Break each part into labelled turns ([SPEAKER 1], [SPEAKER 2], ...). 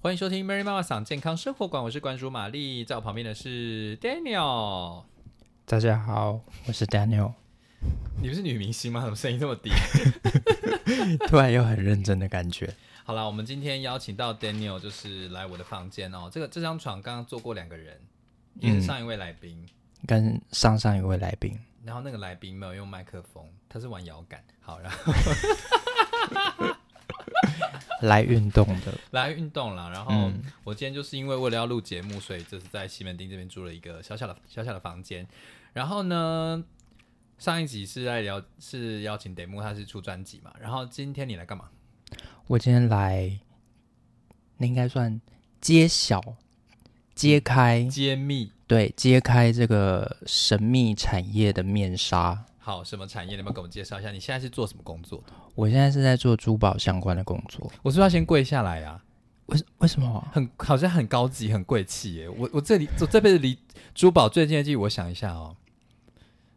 [SPEAKER 1] 欢迎收听 Mary 妈妈嗓健康生活馆，我是关叔玛丽，在我旁边的是 Daniel。
[SPEAKER 2] 大家好，我是 Daniel。
[SPEAKER 1] 你不是女明星吗？怎么声音这么低？
[SPEAKER 2] 突然有很认真的感觉。
[SPEAKER 1] 好啦，我们今天邀请到 Daniel，就是来我的房间哦。这个这张床刚刚坐过两个人，也是上一位来宾，
[SPEAKER 2] 跟上上一位来宾，
[SPEAKER 1] 然后那个来宾没有用麦克风，他是玩摇杆。好，然后
[SPEAKER 2] 来运动的，
[SPEAKER 1] 来运动啦，然后
[SPEAKER 2] 嗯
[SPEAKER 1] 我今天就是因为为了要录节目，所以这是在西门町这边租了一个小小的小小的房间。然后呢，上一集是在聊是邀请 Demo，他是出专辑嘛。然后今天你来干嘛？
[SPEAKER 2] 我今天来，那应该算揭晓、揭开，
[SPEAKER 1] 揭秘
[SPEAKER 2] 对，揭开这个神秘产业的面纱。
[SPEAKER 1] 好什么产业？你们给我们介绍一下，你现在是做什么工作的？
[SPEAKER 2] 我现在是在做珠宝相关的工作，
[SPEAKER 1] 我是不是要先跪下来啊？
[SPEAKER 2] 为为什么？
[SPEAKER 1] 很好像很高级，很贵气耶。我我这里我这辈子离珠宝最近的距离，我想一下哦，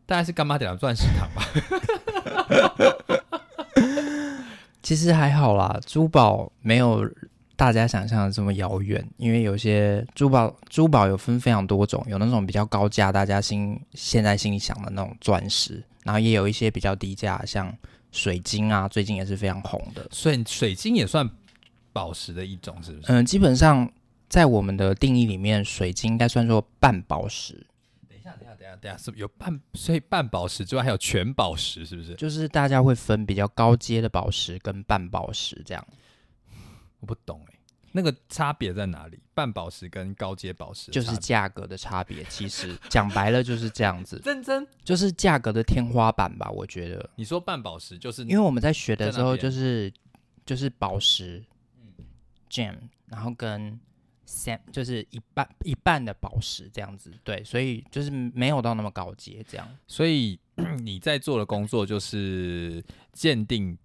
[SPEAKER 1] 大概是干妈点的钻石堂吧。
[SPEAKER 2] 其实还好啦，珠宝没有大家想象的这么遥远，因为有些珠宝珠宝有分非常多种，有那种比较高价，大家心现在心里想的那种钻石，然后也有一些比较低价，像水晶啊，最近也是非常红的。
[SPEAKER 1] 所以水晶也算宝石的一种，是不是？
[SPEAKER 2] 嗯、基本上在我们的定义里面，水晶应该算作半宝石，
[SPEAKER 1] 等一下，等一下，等一下，等一下，是不是有半？所以半宝石之外还有全宝石，是不是？
[SPEAKER 2] 就是大家会分比较高阶的宝石跟半宝石这样。
[SPEAKER 1] 我不懂哎、那个差别在哪里？半宝石跟高阶宝石的
[SPEAKER 2] 就是
[SPEAKER 1] 差别
[SPEAKER 2] 价格的差别，其实讲白了就是这样子，
[SPEAKER 1] 认真。
[SPEAKER 2] 就是价格的天花板吧，我觉得。
[SPEAKER 1] 你说半宝石就是
[SPEAKER 2] 因为我们在学的时候
[SPEAKER 1] 在那边嗯
[SPEAKER 2] 就是就是宝石，gem，然后跟 sam 就是一半一半的宝石这样子，对，所以就是没有到那么高阶这样。
[SPEAKER 1] 所以 你在做的工作就是鉴定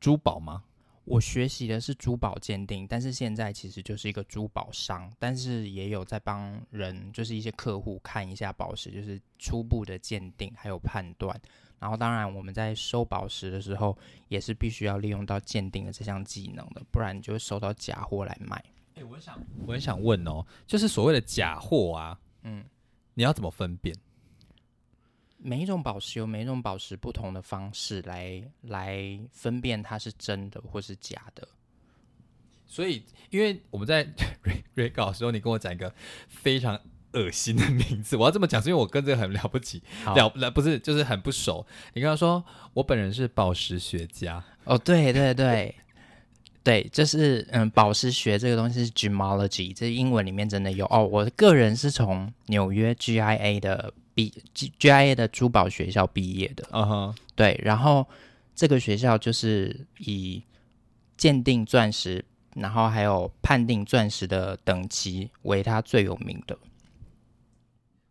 [SPEAKER 1] 珠宝吗？
[SPEAKER 2] 我学习的是珠宝鉴定，但是现在其实就是一个珠宝商，但是也有在帮人，就是一些客户看一下宝石，就是初步的鉴定还有判断。然后当然我们在收宝石的时候，也是必须要利用到鉴定的这项技能的，不然你就会收到假货来卖。
[SPEAKER 1] 哎、我想，我很想问哦，就是所谓的假货啊，
[SPEAKER 2] 嗯。
[SPEAKER 1] 你要怎么分辨？
[SPEAKER 2] 每一种宝石有每一种宝石不同的方式来来分辨它是真的或是假的。
[SPEAKER 1] 所以，因为我们在 re re 稿的时候，你跟我讲一个非常恶心的名字，我要这么讲，是因为我跟这个很了不起，
[SPEAKER 2] 好
[SPEAKER 1] 了了不是就是很不熟。你跟他说，我本人是宝石学家，
[SPEAKER 2] 哦，对对对对，就是嗯，宝石学这个东西是 gemology，这英文里面真的有哦。我个人是从纽约 GIA 的毕 G- GIA 的珠宝学校毕业的，
[SPEAKER 1] 嗯哼，
[SPEAKER 2] 对，然后这个学校就是以鉴定钻石，然后还有判定钻石的等级为它最有名的。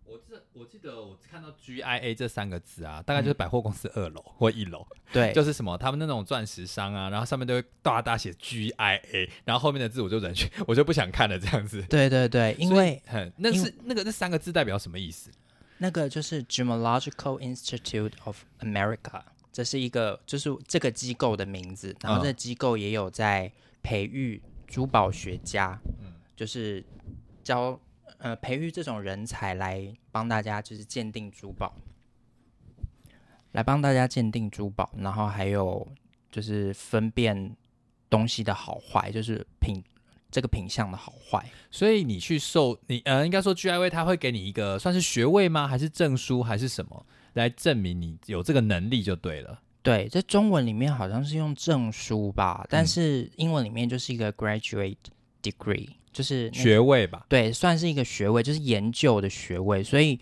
[SPEAKER 1] 我记得我记得我看到 GIA 这三个字啊，大概就是百货公司二楼或一楼，
[SPEAKER 2] 嗯对，
[SPEAKER 1] 就是什么他们那种钻石商啊，然后上面都会大大写 GIA，然后后面的字我就忍去，我就不想看了这样子。
[SPEAKER 2] 对对对，因
[SPEAKER 1] 所以
[SPEAKER 2] 为
[SPEAKER 1] 很那
[SPEAKER 2] 因
[SPEAKER 1] 是那个那三个字代表什么意思？
[SPEAKER 2] 那个就是 Gemological Institute of America，这是一个就是这个机构的名字，然后这机构也有在培育珠宝学家，就是教呃培育这种人才来帮大家就是鉴定珠宝，来帮大家鉴定珠宝，然后还有就是分辨东西的好坏，就是品这个品相的好坏。
[SPEAKER 1] 所以你去受你呃，应该说 GIA 他会给你一个算是学位吗？还是证书还是什么来证明你有这个能力就对了？
[SPEAKER 2] 对，在中文里面好像是用证书吧，
[SPEAKER 1] 嗯
[SPEAKER 2] 但是英文里面就是一个 graduate degree，就是那
[SPEAKER 1] 学位吧？
[SPEAKER 2] 对，算是一个学位，就是研究的学位，所以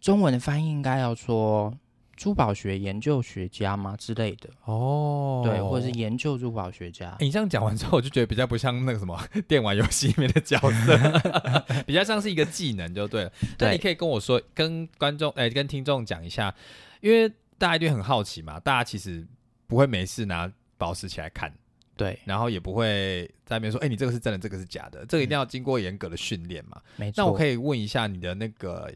[SPEAKER 2] 中文的翻译应该要说珠宝学研究学家吗之类的，
[SPEAKER 1] 哦
[SPEAKER 2] 对，或者是研究珠宝学家。
[SPEAKER 1] 欸你这样讲完之后，我就觉得比较不像那个什么 电玩游戏里面的角色， 比较像是一个技能就对了。那你
[SPEAKER 2] 对，
[SPEAKER 1] 可以跟我说，跟观众哎、跟听众讲一下，因为大家一定很好奇嘛，大家其实不会没事拿宝石起来看，
[SPEAKER 2] 对，
[SPEAKER 1] 然后也不会在那边说，哎、你这个是真的，这个是假的，这个一定要经过严格的训练嘛。
[SPEAKER 2] 嗯没错。
[SPEAKER 1] 那我可
[SPEAKER 2] 以
[SPEAKER 1] 以问一下你的那个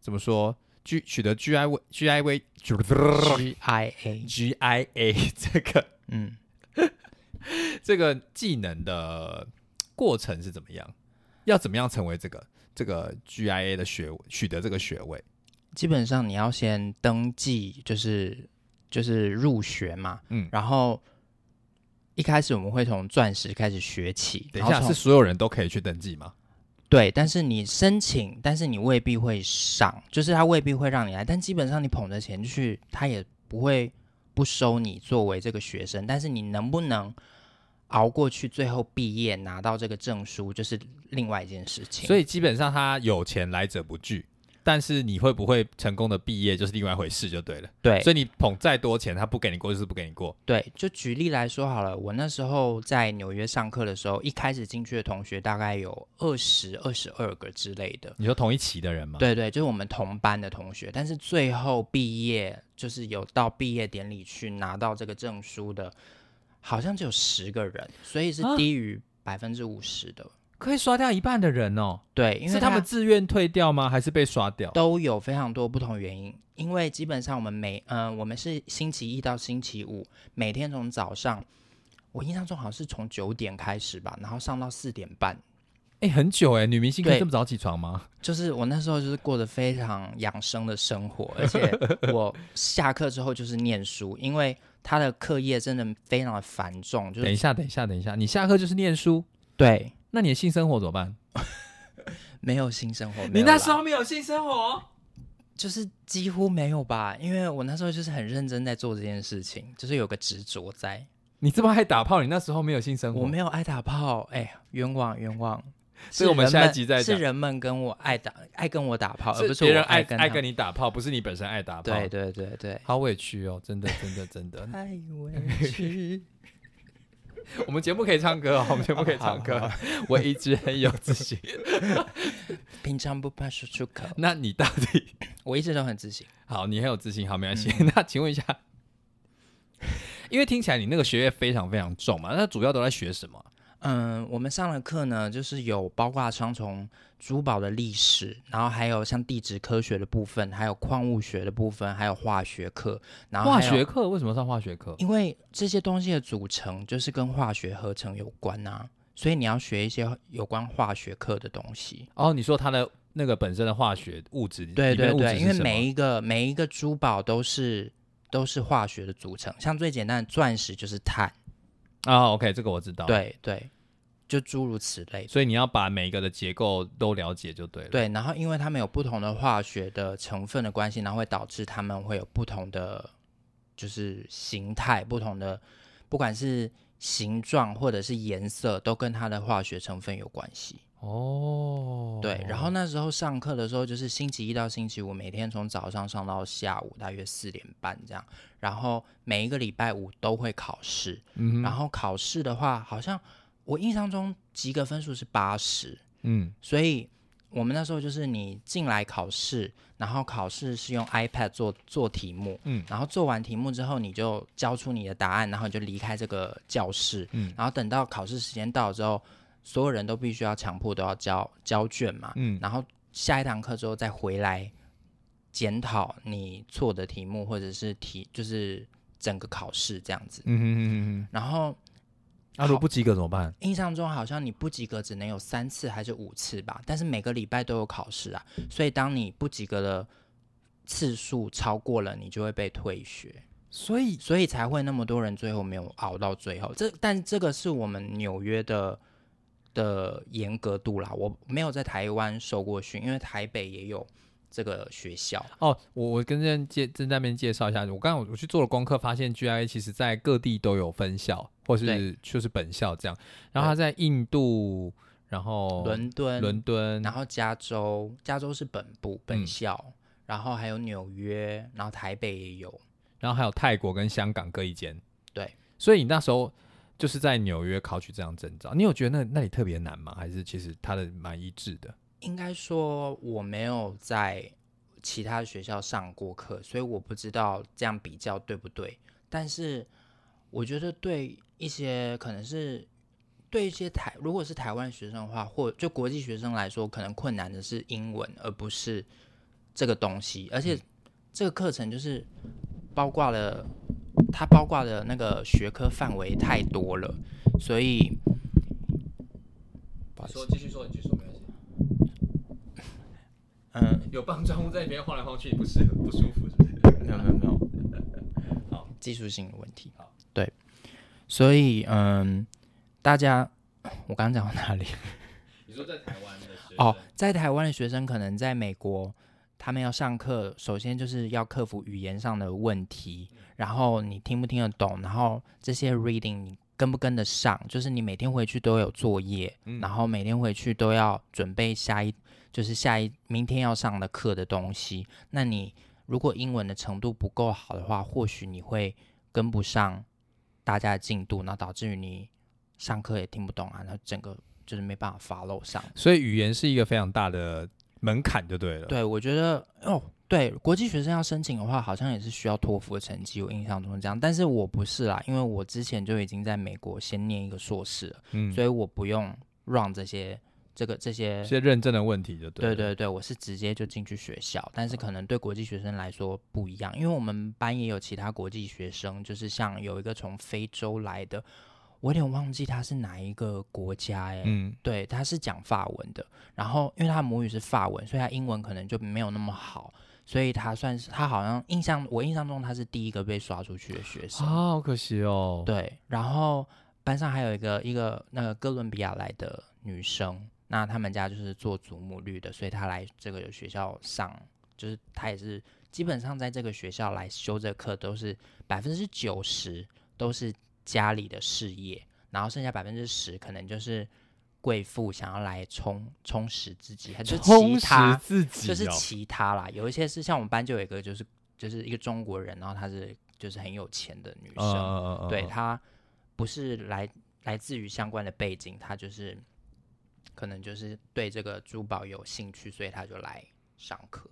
[SPEAKER 1] 怎么说？取取得 G I V G I V
[SPEAKER 2] G I A，
[SPEAKER 1] G I A 这个
[SPEAKER 2] 嗯，
[SPEAKER 1] 这个技能的过程是怎么样？要怎么样成为这个这个 GIA 的学位，取得这个学位？
[SPEAKER 2] 基本上你要先登记，就是就是入学嘛，
[SPEAKER 1] 嗯
[SPEAKER 2] 然后一开始我们会从钻石开始学起，
[SPEAKER 1] 等
[SPEAKER 2] 然
[SPEAKER 1] 一
[SPEAKER 2] 后
[SPEAKER 1] 下，
[SPEAKER 2] 从
[SPEAKER 1] 是所有人都可以去登记吗？
[SPEAKER 2] 对，但是你申请，但是你未必会上，就是他未必会让你来，但基本上你捧着钱去，他也不会不收你作为这个学生，但是你能不能熬过去，最后毕业拿到这个证书，就是另外一件事情。
[SPEAKER 1] 所
[SPEAKER 2] 以
[SPEAKER 1] 以基本上他有钱来者不拒，但是你会不会成功的毕业就是另外一回事，就对了。
[SPEAKER 2] 对
[SPEAKER 1] 所以你捧再多钱，他不给你过就是不给你过。
[SPEAKER 2] 对，就举例来说好了，我那时候在纽约上课的时候，一开始进去的同学大概有二十二十二个之类的，
[SPEAKER 1] 你说同一期的人吗？，
[SPEAKER 2] 对对，就是我们同班的同学，但是最后毕业就是有到毕业典礼去拿到这个证书的，好像只有十个人，所以是
[SPEAKER 1] 啊
[SPEAKER 2] 低于百分之五十的。
[SPEAKER 1] 可以刷掉一半的人哦，
[SPEAKER 2] 对，因为
[SPEAKER 1] 是他们自愿退掉吗？还是被刷掉？
[SPEAKER 2] 都有非常多不同原因，因为基本上我们每嗯、我们是星期一到星期五，每天从早上，我印象中好像是从九点开始吧，然后上到四点半，
[SPEAKER 1] 哎、很久哎、女明星可以
[SPEAKER 2] 对
[SPEAKER 1] 这么早起床吗？
[SPEAKER 2] 就是我那时候就是过得非常养生的生活，而且我下课之后就是念书，因为他的课业真的非常的繁重，就
[SPEAKER 1] 等
[SPEAKER 2] 是
[SPEAKER 1] 一下，等一下，等一下，你下课就是念书，
[SPEAKER 2] 对，
[SPEAKER 1] 那你的性生活怎么办？
[SPEAKER 2] 没有新生活。没
[SPEAKER 1] 你
[SPEAKER 2] 有
[SPEAKER 1] 那
[SPEAKER 2] 啦
[SPEAKER 1] 时候没有性生活？
[SPEAKER 2] 就是几乎没有吧，因为我那时候就是很认真在做这件事情，就是有个执着在。
[SPEAKER 1] 你这么爱打炮，你那时候没有性生活？
[SPEAKER 2] 我没有爱打炮，哎、冤枉冤枉。
[SPEAKER 1] 所以我们
[SPEAKER 2] 是人
[SPEAKER 1] 下一集再讲
[SPEAKER 2] 是人们跟我爱打爱跟我打炮，而
[SPEAKER 1] 是
[SPEAKER 2] 不是
[SPEAKER 1] 别
[SPEAKER 2] 我
[SPEAKER 1] 人爱
[SPEAKER 2] 跟
[SPEAKER 1] 爱
[SPEAKER 2] 他
[SPEAKER 1] 跟你打炮，不是你本身爱打炮。
[SPEAKER 2] 对，对对对，
[SPEAKER 1] 好委屈哦，真的，真的，真的。
[SPEAKER 2] 太委屈。
[SPEAKER 1] 我们节目可以唱歌哦，我们节目可以唱 歌。我一直很有自信。
[SPEAKER 2] 平常不怕说出口，
[SPEAKER 1] 那你到底
[SPEAKER 2] 我一直都很自信。
[SPEAKER 1] 好？你很有自信，好，没关系。那请问一下，因为听起来你那个学业非常非常重嘛，那主要都在学什么？
[SPEAKER 2] 嗯，我们上的课呢，就是有包括双重珠宝的历史，然后还有像地质科学的部分，还有矿物学的部分，还有化学课，然后
[SPEAKER 1] 化
[SPEAKER 2] 还有
[SPEAKER 1] 学，课为什么上化学课？
[SPEAKER 2] 因为这些东西的组成就是跟化学合成有关啊，所以你要学一些有关化学课的东西。
[SPEAKER 1] 哦，你说它的那个本身的化学物质，
[SPEAKER 2] 对
[SPEAKER 1] 里面
[SPEAKER 2] 对
[SPEAKER 1] 的物质
[SPEAKER 2] 对，
[SPEAKER 1] 是
[SPEAKER 2] 因为
[SPEAKER 1] 什么
[SPEAKER 2] 每一个每一个珠宝都是都是化学的组成，像最简单的钻石就是碳，
[SPEAKER 1] 啊，OK，这个我知道。，
[SPEAKER 2] 对对，就诸如此类。
[SPEAKER 1] 所以你要把每一个的结构都了解就对了。
[SPEAKER 2] 对，然后因为它们有不同的化学的成分的关系，然后会导致它们会有不同的就是形态，不同的不管是形状或者是颜色，都跟它的化学成分有关系。
[SPEAKER 1] 哦，
[SPEAKER 2] 对，然后那时候上课的时候，就是星期一到星期五，每天从早上上到下午，大约四点半这样。然后每一个礼拜五都会考试，
[SPEAKER 1] 嗯哼
[SPEAKER 2] 然后考试的话，好像我印象中及格分数是八十，
[SPEAKER 1] 嗯，
[SPEAKER 2] 所以我们那时候就是你进来考试，然后考试是用 iPad 做做题目，
[SPEAKER 1] 嗯
[SPEAKER 2] 然后做完题目之后，你就交出你的答案，然后你就离开这个教室，
[SPEAKER 1] 嗯
[SPEAKER 2] 然后等到考试时间到了之后，所有人都必须要强迫都要交交卷嘛，
[SPEAKER 1] 嗯
[SPEAKER 2] 然后下一堂课之后再回来检讨你错的题目或者是题就是整个考试这样子，
[SPEAKER 1] 嗯哼哼哼哼，
[SPEAKER 2] 然后
[SPEAKER 1] 那如果不及格怎么办？
[SPEAKER 2] 印象中好像你不及格只能有三次还是五次吧，但是每个礼拜都有考试啊，所以当你不及格的次数超过了，你就会被退学，
[SPEAKER 1] 所以
[SPEAKER 2] 所以才会那么多人最后没有熬到最后。这但这个是我们纽约的的严格度啦，我没有在台湾受过训，因为台北也有这个学校。
[SPEAKER 1] 哦，我我跟正介正在那边介绍一下，我刚刚我我去做了功课，发现 GIA 其实在各地都有分校，或是
[SPEAKER 2] 对
[SPEAKER 1] 就是本校这样。然后它在印度，然后
[SPEAKER 2] 伦敦，
[SPEAKER 1] 哦伦敦，
[SPEAKER 2] 然后加州，加州是本部
[SPEAKER 1] 嗯
[SPEAKER 2] 本校，然后还有纽约，然后台北也有，
[SPEAKER 1] 然后还有泰国跟香港各一间。
[SPEAKER 2] 对，
[SPEAKER 1] 所以你那时候就是在纽约考取这张证照，你有觉得那那里特别难吗？还是其实它的蛮一致的？
[SPEAKER 2] 应该说我没有在其他学校上过课，所以我不知道这样比较对不对。但是我觉得对一些可能是对一些台如果是台湾学生的话，或就国际学生来说，可能困难的是英文，而不是这个东西。而且这个课程就是包括了它包括的那个学科范围太多了，所以不好意
[SPEAKER 1] 说
[SPEAKER 2] 思。
[SPEAKER 1] 继续说，你继续说没关系。
[SPEAKER 2] 嗯，
[SPEAKER 1] 有棒状物在里面晃来晃去，不适合不舒服，是不是？
[SPEAKER 2] 没有没有没有，
[SPEAKER 1] 好，
[SPEAKER 2] 技术性的问题
[SPEAKER 1] 好。
[SPEAKER 2] 对，所以嗯，大家，我刚刚讲到哪里？
[SPEAKER 1] 你说在台湾的学生
[SPEAKER 2] 哦，在台湾的学生可能在美国，他们要上课，首先就是要克服语言上的问题，然后你听不听得懂，然后这些 reading 你跟不跟得上，就是你每天回去都有作业，
[SPEAKER 1] 嗯
[SPEAKER 2] 然后每天回去都要准备下一，就是下一明天要上的课的东西。那你如果英文的程度不够好的话，或许你会跟不上大家的进度，那导致于你上课也听不懂啊，然后整个就是没办法 follow 上。
[SPEAKER 1] 所以语言是一个非常大的门槛，就对了。
[SPEAKER 2] 对，我觉得哦，对，国际学生要申请的话，好像也是需要托福的成绩，我印象中是这样。但是我不是啦，因为我之前就已经在美国先念一个硕士了，
[SPEAKER 1] 嗯，
[SPEAKER 2] 所以我不用 run 这些这个这些
[SPEAKER 1] 一。些认证的问题就对
[SPEAKER 2] 对
[SPEAKER 1] 了。
[SPEAKER 2] 对对，我是直接就进去学校，但是可能对国际学生来说不一样，因为我们班也有其他国际学生，就是像有一个从非洲来的，我有点忘记他是哪一个国家哎、
[SPEAKER 1] 嗯，
[SPEAKER 2] 对，他是讲法文的，然后因为他母语是法文，所以他英文可能就没有那么好，所以他算是他好像印象我印象中他是第一个被刷出去的学
[SPEAKER 1] 啊，
[SPEAKER 2] 生，
[SPEAKER 1] 好可惜哦。，
[SPEAKER 2] 对，然后班上还有一个一个那个哥伦比亚来的女生，那他们家就是做祖母绿的，所以她来这个学校上，就是她也是基本上在这个学校来修这课都是百分之九十都是家里的事业，然后剩下百分之十可能就是贵妇想要来充充实自己，她就
[SPEAKER 1] 充
[SPEAKER 2] 其
[SPEAKER 1] 实
[SPEAKER 2] 他
[SPEAKER 1] 自己、
[SPEAKER 2] 就
[SPEAKER 1] 哦、
[SPEAKER 2] 是其他啦，有一些是像我们班就有一个就是就是一个中国人，然后她是就是很有钱的女
[SPEAKER 1] 嗯
[SPEAKER 2] 生。
[SPEAKER 1] 嗯嗯嗯
[SPEAKER 2] 对
[SPEAKER 1] 嗯
[SPEAKER 2] 他不是来来自于相关的背景，他就是可能就是对这个珠宝有兴趣，所以他就来上 课。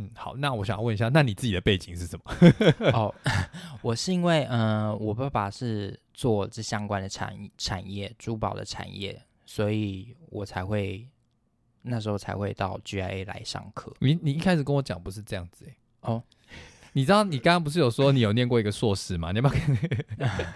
[SPEAKER 1] 嗯，好，那我想问一下，那你自己的背景是什么？
[SPEAKER 2] 哦， 我是因为嗯、呃我爸爸是做这相关的产产业，珠宝的产业，所以我才会那时候才会到 GIA 来上课。
[SPEAKER 1] 你你一开始跟我讲不是这样子、欸、
[SPEAKER 2] 哦，
[SPEAKER 1] 你知道你刚刚不是有说你有念过一个硕士吗？你要不要跟？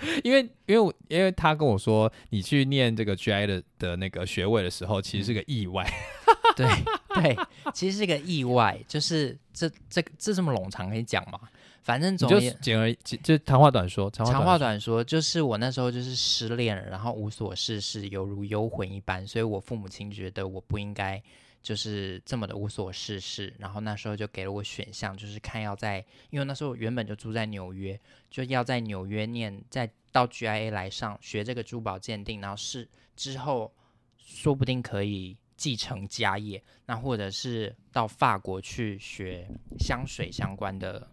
[SPEAKER 1] 因为因为我因为他跟我说你去念这个 GI 的的那个学位的时候，其实是个意外。
[SPEAKER 2] 嗯对 对，其实是个意外，就是这这这这么冗长可以讲吗？反正
[SPEAKER 1] 你
[SPEAKER 2] 总
[SPEAKER 1] 就
[SPEAKER 2] 而言
[SPEAKER 1] 简而简就长话短说，长话
[SPEAKER 2] 长
[SPEAKER 1] 短
[SPEAKER 2] 话短说，就是我那时候就是失恋了，然后无所事事，犹如幽魂一般，所以我父母亲觉得我不应该就是这么的无所事事，然后那时候就给了我选项，就是看要在，因为那时候我原本就住在纽约，就要在纽约念，再到 GIA 来上学这个珠宝鉴定，然后是之后说不定可以继承家业，那或者是到法国去学香水相关的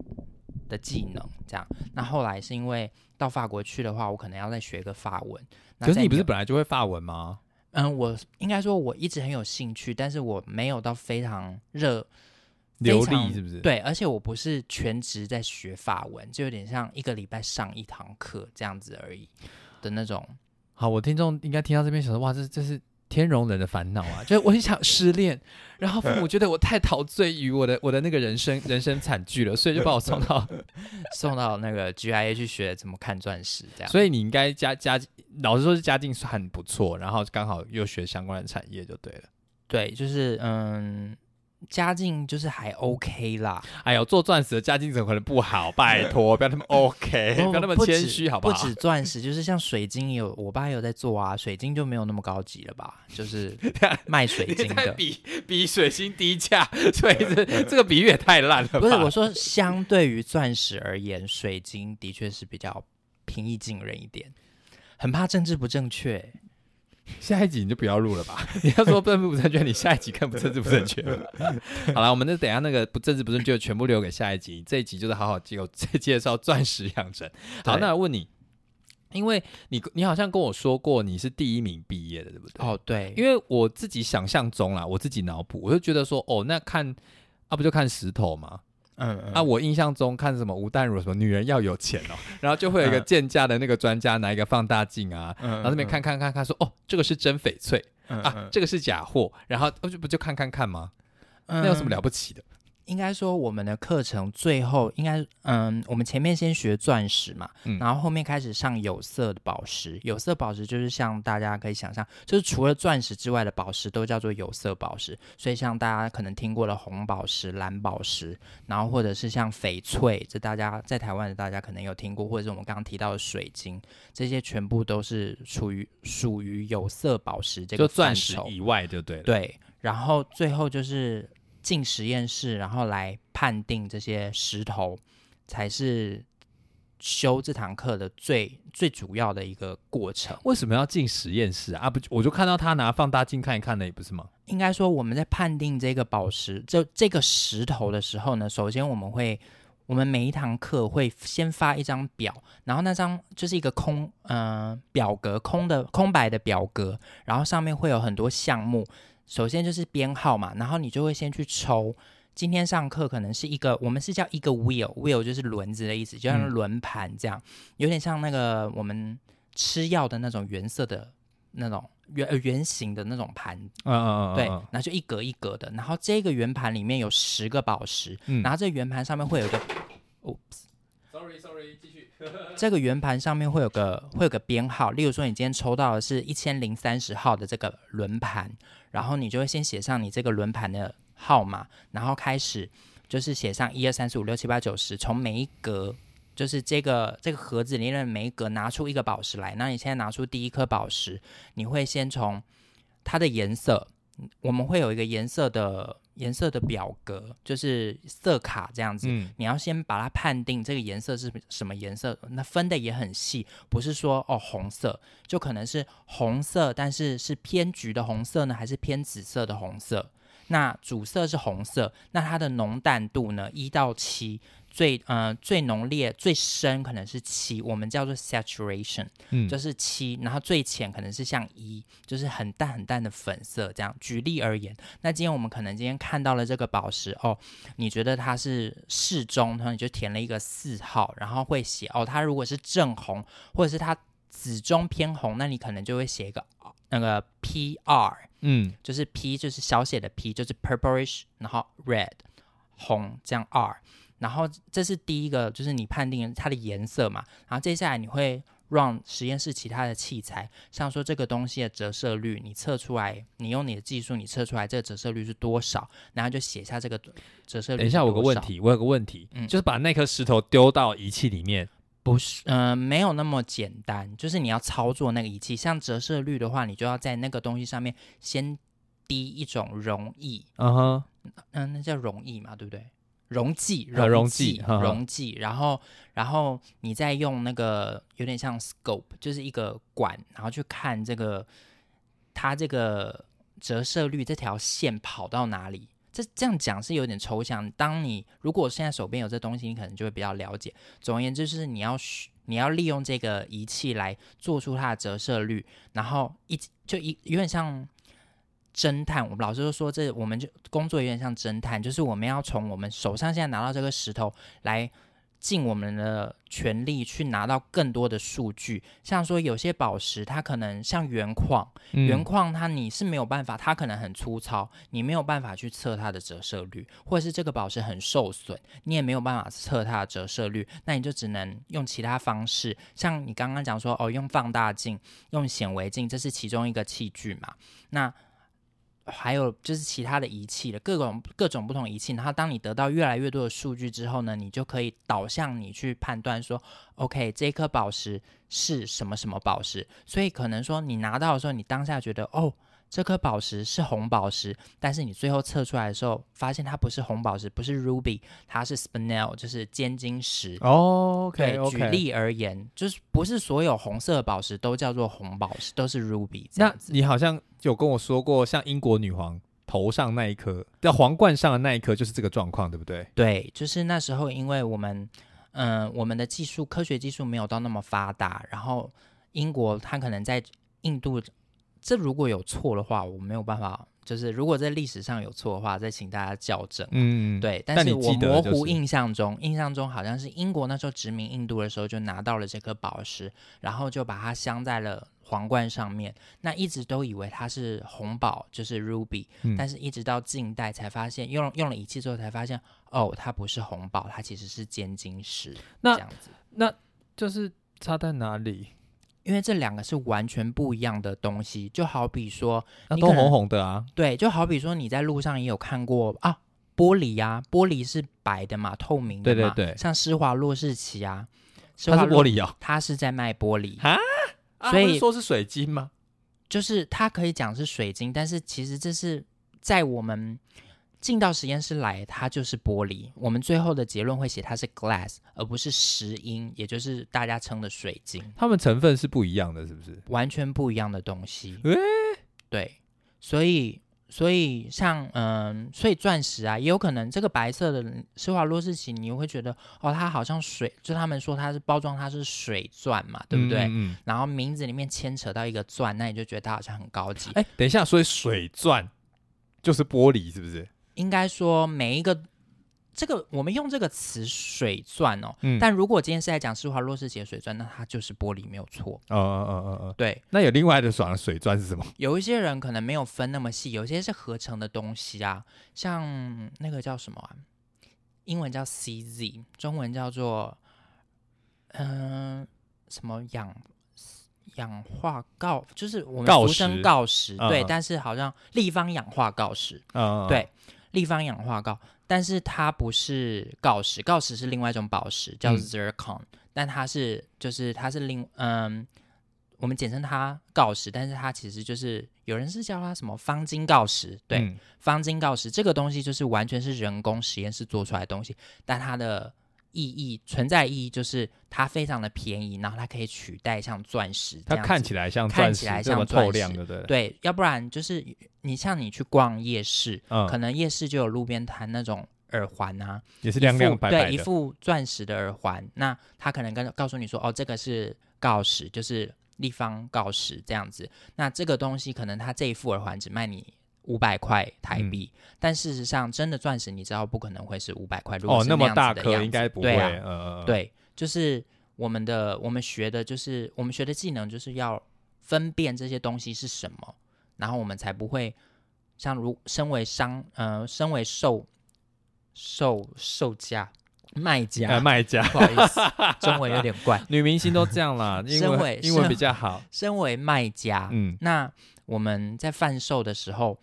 [SPEAKER 2] 的技能，这样。那后来是因为到法国去的话，我可能要再学个法文。那
[SPEAKER 1] 可是
[SPEAKER 2] 在
[SPEAKER 1] 你不是
[SPEAKER 2] 纽
[SPEAKER 1] 本来就会法文吗？
[SPEAKER 2] 嗯，我应该说我一直很有兴趣，但是我没有到非常热非
[SPEAKER 1] 流
[SPEAKER 2] 常
[SPEAKER 1] 利是不是？，
[SPEAKER 2] 对，而且我不是全职在学法文，就有点像一个礼拜上一堂课这样子而已的 那种。
[SPEAKER 1] 好，我听众应该听到这边想说，哇，这这是天容人的烦恼啊！就是我很想失恋，然后父母觉得我太陶醉于我的我的那个人生人生惨剧了，所以就把我送到
[SPEAKER 2] 送到那个 GIA 去学怎么看钻石，这样。
[SPEAKER 1] 所以你应该家家老实说是家境是很不错，然后刚好又学相关的产业就对了。
[SPEAKER 2] 对，就是嗯，家境就是还 OK 啦，
[SPEAKER 1] 哎呦，做钻石的家境怎么可能不好？ 拜托，不要那么 OK，
[SPEAKER 2] 不
[SPEAKER 1] 哎不要那么
[SPEAKER 2] 不止
[SPEAKER 1] 谦虚，好
[SPEAKER 2] 不
[SPEAKER 1] 好
[SPEAKER 2] 止？钻石，就是像水晶也有，我爸也有在做啊，水晶就没有那么高级了吧，就是 卖水
[SPEAKER 1] 你
[SPEAKER 2] 晶
[SPEAKER 1] 在
[SPEAKER 2] 的。
[SPEAKER 1] 比 比水星低价，所以这这个比喻也太烂了吧。
[SPEAKER 2] 不是我说，相对于钻石而言，水晶的确是比较平易近人一点。很怕政治不正确，
[SPEAKER 1] 下一集你就不要录了吧？ 你要说政治不正确，你下一集看不政治不正确吧。好了，我们就等一下那个不政治不正确全部留给下一集，这一集就是好好介介介绍钻石养成。好，
[SPEAKER 2] 对
[SPEAKER 1] 那问你，因为你你好像跟我说过你是第一名毕业的，对不对？
[SPEAKER 2] 哦，对，
[SPEAKER 1] 因为我自己想象中啦，我自己脑补，我就觉得说，哦，那看啊不就看石头吗？
[SPEAKER 2] 嗯嗯
[SPEAKER 1] 啊，我印象中看什么吴淡如什么女人要有钱 哦，然后就会有一个
[SPEAKER 2] 嗯
[SPEAKER 1] 鉴价的那个专家拿一个放大镜啊，
[SPEAKER 2] 嗯
[SPEAKER 1] 然后那边看看看看说，哦，这个是真翡翠
[SPEAKER 2] 嗯
[SPEAKER 1] 啊 啊，这个是假货，然后哦就不就看看看吗？
[SPEAKER 2] 嗯
[SPEAKER 1] 那有什么了不起的？
[SPEAKER 2] 应该说我们的课程最后应该，嗯，我们前面先学钻石嘛，
[SPEAKER 1] 嗯
[SPEAKER 2] 然后后面开始上有色的宝石。有色宝石就是像大家可以想象，就是除了钻石之外的宝石都叫做有色宝石。所以像大家可能听过的红宝石、蓝宝石，然后或者是像翡翠，这大家在台湾的大家可能有听过，或者是我们刚刚提到的水晶，这些全部都是属于属于有色宝石这个
[SPEAKER 1] 就钻
[SPEAKER 2] 范
[SPEAKER 1] 石
[SPEAKER 2] 畴
[SPEAKER 1] 以外就对了。
[SPEAKER 2] 对，然后最后就是进实验室，然后来判定这些石头才是修这堂课的最最主要的一个过程。
[SPEAKER 1] 为什么要进实验室啊？啊不，我就看到他拿放大镜看一看的，也不是吗？
[SPEAKER 2] 应该说我们在判定这个宝石这这个石头的时候呢，首先我们会。我们每一堂课会先发一张表，然后那张就是一个空，呃，表格空的空白的表格，然后上面会有很多项目，首先就是编号嘛，然后你就会先去抽。今天上课可能是一个，我们是叫一个 wheel，wheel 就是轮子的意思，就像
[SPEAKER 1] 嗯
[SPEAKER 2] 轮盘这样，有点像那个我们吃药的那种原色的那种圆呃圆形的那种盘
[SPEAKER 1] 嗯嗯嗯，
[SPEAKER 2] 对，
[SPEAKER 1] 嗯
[SPEAKER 2] 然后就一格一格的，然后这个圆盘里面有十个宝石，
[SPEAKER 1] 嗯
[SPEAKER 2] 然后这个圆盘上面会有一个哦
[SPEAKER 1] ，sorry sorry，继续。
[SPEAKER 2] 这个圆盘上面会有个会有个编号，例如说你今天抽到的是一千零三十号的这个轮盘，然后你就会先写上你这个轮盘的号码，然后开始就是写上一二三四五六七八九十，从每一格。就是这个这个盒子里面的每一格拿出一个宝石来，那你现在拿出第一颗宝石，你会先从它的颜色，我们会有一个颜色的颜色的表格，就是色卡这样子，
[SPEAKER 1] 嗯
[SPEAKER 2] 你要先把它判定这个颜色是什么颜色，那分的也很细，不是说哦红色，就可能是红色，但是是偏橘的红色呢，还是偏紫色的红色？那主色是红色，那它的浓淡度呢，一到七，最呃最浓烈最深可能是七，我们叫做 saturation，
[SPEAKER 1] 嗯，
[SPEAKER 2] 就是七，然后最浅可能是像一，就是很淡很淡的粉色这样。举例而言，那今天我们可能今天看到了这个宝石哦，你觉得它是适中，然后你就填了一个四号，然后会写哦，它如果是正红或者是它紫中偏红，那你可能就会写一个哦那个 PR，
[SPEAKER 1] 嗯
[SPEAKER 2] 就是 P 就是小写的 P，就是 purplish，然后 red 红这样 R，然后这是第一个，就是你判定它的颜色嘛，然后接下来你会 run 实验室其他的器材，像说这个东西的折射率，你测出来，你用你的技术你测出来这个折射率是多少，然后就写下这个折射率。
[SPEAKER 1] 等一下，我有个问，题，我有个问题，
[SPEAKER 2] 嗯
[SPEAKER 1] 就是把那颗石头丢到仪器里面，
[SPEAKER 2] 不是，呃，没有那么简单，就是你要操作那个仪器，像折射率的话，你就要在那个东西上面先滴一种溶液，
[SPEAKER 1] 嗯哼，
[SPEAKER 2] 嗯，那叫溶液嘛，对不对？溶剂，
[SPEAKER 1] 呃溶
[SPEAKER 2] 剂
[SPEAKER 1] 剂，呵呵
[SPEAKER 2] 溶剂，然后，然后你再用那个有点像 scope，就是一个管，然后去看这个它这个折射率这条线跑到哪里。这这样讲是有点抽象。当你如果现在手边有这东西，你可能就会比较了解。总而言之，就是你要学你要利用这个仪器来做出它的折射率，然后一就一有点像侦探。我们老师就说这我们就工作有点像侦探，就是我们要从我们手上现在拿到这个石头来。尽我们的全力去拿到更多的数据，像说有些宝石，它可能像原矿，
[SPEAKER 1] 嗯
[SPEAKER 2] 原矿它你是没有办法，它可能很粗糙，你没有办法去测它的折射率，或者是这个宝石很受损，你也没有办法测它的折射率，那你就只能用其他方式，像你刚刚讲说哦，用放大镜、用显微镜，这是其中一个器具嘛。那还有就是其他的仪器的各种各种不同仪器，然后当你得到越来越多的数据之后呢，你就可以导向你去判断说，OK，这颗宝石是什么什么宝石，所以可能说你拿到的时候，你当下觉得哦，这颗宝石是红宝石，但是你最后测出来的时候，发现它不是红宝石，不是 ruby，它是 spinel，就是尖晶石。
[SPEAKER 1] 哦
[SPEAKER 2] 对
[SPEAKER 1] ，OK OK，
[SPEAKER 2] 举例而言，就是不是所有红色的宝石都叫做红宝石，都是 ruby 这
[SPEAKER 1] 那
[SPEAKER 2] 样子。
[SPEAKER 1] 你好像有跟我说过，像英国女皇头上那一颗，在皇冠上的那一颗，就是这个状况，对不对？
[SPEAKER 2] 对，就是那时候，因为我们，嗯、我们的技术科学技术没有到那么发达，然后英国它可能在印度，这如果有错的话，我没有办法，就是如果在历史上有错的话，再请大家校正。
[SPEAKER 1] 嗯，
[SPEAKER 2] 对，
[SPEAKER 1] 但
[SPEAKER 2] 但是
[SPEAKER 1] 你
[SPEAKER 2] 我
[SPEAKER 1] 记得
[SPEAKER 2] 模
[SPEAKER 1] 就是
[SPEAKER 2] 糊印象中，印象中好像是英国那时候殖民印度的时候就拿到了这颗宝石，然后就把它镶在了皇冠上面。那一直都以为它是红宝，就是 ruby，、
[SPEAKER 1] 嗯
[SPEAKER 2] 但是一直到近代才发现，用用了仪器之后才发现，哦，它不是红宝，它其实是尖晶石。
[SPEAKER 1] 那
[SPEAKER 2] 这样子，
[SPEAKER 1] 就是差在哪里？
[SPEAKER 2] 因为这两个是完全不一样的东西，就好比说，
[SPEAKER 1] 那
[SPEAKER 2] 你
[SPEAKER 1] 都
[SPEAKER 2] 可能
[SPEAKER 1] 红红的啊，
[SPEAKER 2] 对，就好比说你在路上也有看过啊，玻璃呀、玻璃是白的嘛，透明
[SPEAKER 1] 对
[SPEAKER 2] 的
[SPEAKER 1] 对
[SPEAKER 2] 嘛，
[SPEAKER 1] 对
[SPEAKER 2] 像施华洛世奇啊，施
[SPEAKER 1] 它
[SPEAKER 2] 华
[SPEAKER 1] 是玻
[SPEAKER 2] 洛
[SPEAKER 1] 璃哦，
[SPEAKER 2] 他是在卖玻璃，
[SPEAKER 1] 啊
[SPEAKER 2] 啊所以
[SPEAKER 1] 不是说是水晶吗？
[SPEAKER 2] 就是它可以讲是水晶，但是其实这是在我们进到实验室来，它就是玻璃。我们最后的结论会写它是 glass，而不是石英，也就是大家称的水晶。
[SPEAKER 1] 它们成分是不一样的，是不是？
[SPEAKER 2] 完全不一样的东西。
[SPEAKER 1] 诶
[SPEAKER 2] 对，所以所以像嗯、所以钻石啊，也有可能这个白色的施华洛世奇，你会觉得哦，它好像水，就他们说它是包装它是水钻嘛，对不对？
[SPEAKER 1] 嗯。嗯嗯
[SPEAKER 2] 然后名字里面牵扯到一个钻，那你就觉得它好像很高级。
[SPEAKER 1] 哎、等一下，所以水钻就是玻璃，是不是？
[SPEAKER 2] 应该说每一个这个我们用这个词“水钻”哦，
[SPEAKER 1] 嗯
[SPEAKER 2] 但如果今天是在讲施华洛世奇的水钻，那它就是玻璃没有错。
[SPEAKER 1] 哦哦哦哦哦。
[SPEAKER 2] 对，
[SPEAKER 1] 那有另外的爽的水钻是什么？
[SPEAKER 2] 有一些人可能没有分那么细，有些是合成的东西啊，像那个叫什么啊？英文叫 CZ，中文叫做嗯、什么氧氧化锆，就是我们
[SPEAKER 1] 锆
[SPEAKER 2] 俗称
[SPEAKER 1] 石
[SPEAKER 2] 锆石，
[SPEAKER 1] 嗯
[SPEAKER 2] 对，
[SPEAKER 1] 嗯
[SPEAKER 2] 但是好像立方氧化锆石，
[SPEAKER 1] 啊、
[SPEAKER 2] 对，立方氧化锆，但是它不是锆石，锆石是另外一种宝石，叫
[SPEAKER 1] 嗯
[SPEAKER 2] zircon，、但它是就是它是另嗯，我们简称它锆石，但是它其实就是有人是叫它什么方晶锆石，对，
[SPEAKER 1] 嗯
[SPEAKER 2] 方晶锆石这个东西就是完全是人工实验室做出来的东西，但它的意义存在意义就是它非常的便宜，然后它可以取代像钻石这
[SPEAKER 1] 它
[SPEAKER 2] 样
[SPEAKER 1] 看
[SPEAKER 2] 子
[SPEAKER 1] 起来像
[SPEAKER 2] 看
[SPEAKER 1] 钻石
[SPEAKER 2] 起来
[SPEAKER 1] 这
[SPEAKER 2] 像
[SPEAKER 1] 么
[SPEAKER 2] 钻
[SPEAKER 1] 透亮
[SPEAKER 2] 石
[SPEAKER 1] 的，对不对？
[SPEAKER 2] 对，要不然就是你像你去逛夜市，
[SPEAKER 1] 嗯，
[SPEAKER 2] 可能夜市就有路边摊那种耳环啊，
[SPEAKER 1] 也是
[SPEAKER 2] 一
[SPEAKER 1] 亮亮
[SPEAKER 2] 副
[SPEAKER 1] 白
[SPEAKER 2] 对，
[SPEAKER 1] 白
[SPEAKER 2] 一
[SPEAKER 1] 的。
[SPEAKER 2] 副钻石的耳环，那他可能跟告诉你说，哦，这个是锆石，就是立方锆石这样子。那这个东西可能它这一副耳环只卖你。五百块台
[SPEAKER 1] 嗯
[SPEAKER 2] 币，但事实上，真的钻石你知道不可能会是五百块。如果
[SPEAKER 1] 哦，
[SPEAKER 2] 是
[SPEAKER 1] 那么
[SPEAKER 2] 样
[SPEAKER 1] 大
[SPEAKER 2] 子的样
[SPEAKER 1] 颗
[SPEAKER 2] 子
[SPEAKER 1] 应该不会，
[SPEAKER 2] 对啊
[SPEAKER 1] 嗯嗯，嗯，
[SPEAKER 2] 对，就是我们的我们学的就是我们学的技能，就是要分辨这些东西是什么，然后我们才不会像如身为商呃身为售售售价卖家、
[SPEAKER 1] 呃，卖家，
[SPEAKER 2] 不好意 思，中文有点怪，
[SPEAKER 1] 女明星都这样啦，英
[SPEAKER 2] 身
[SPEAKER 1] 文
[SPEAKER 2] 为
[SPEAKER 1] 英文
[SPEAKER 2] 身
[SPEAKER 1] 比较好，
[SPEAKER 2] 身为卖家，
[SPEAKER 1] 嗯，
[SPEAKER 2] 那我们在贩售的时候。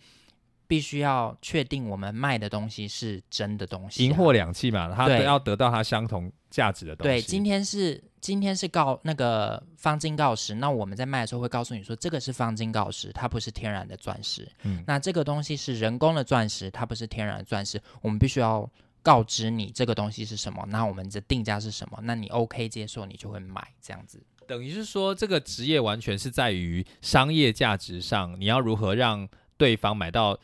[SPEAKER 2] 必须要确定我们卖的东西是真的东西、啊，
[SPEAKER 1] 银货两讫嘛，它
[SPEAKER 2] 对
[SPEAKER 1] 要得到它相同价值的东西。
[SPEAKER 2] 对，今天是今天是告那个方晶锆石，那我们在卖的时候会告诉你说，这个是方晶锆石，它不是天然的钻石。
[SPEAKER 1] 嗯
[SPEAKER 2] 那这个东西是人工的钻石，它不是天然的钻石。我们必须要告知你这个东西是什么，那我们的定价是什么，那你 OK 接受，你就会买这样子。
[SPEAKER 1] 等于是说，这个职业完全是在于商业价值上，你要如何让对方买到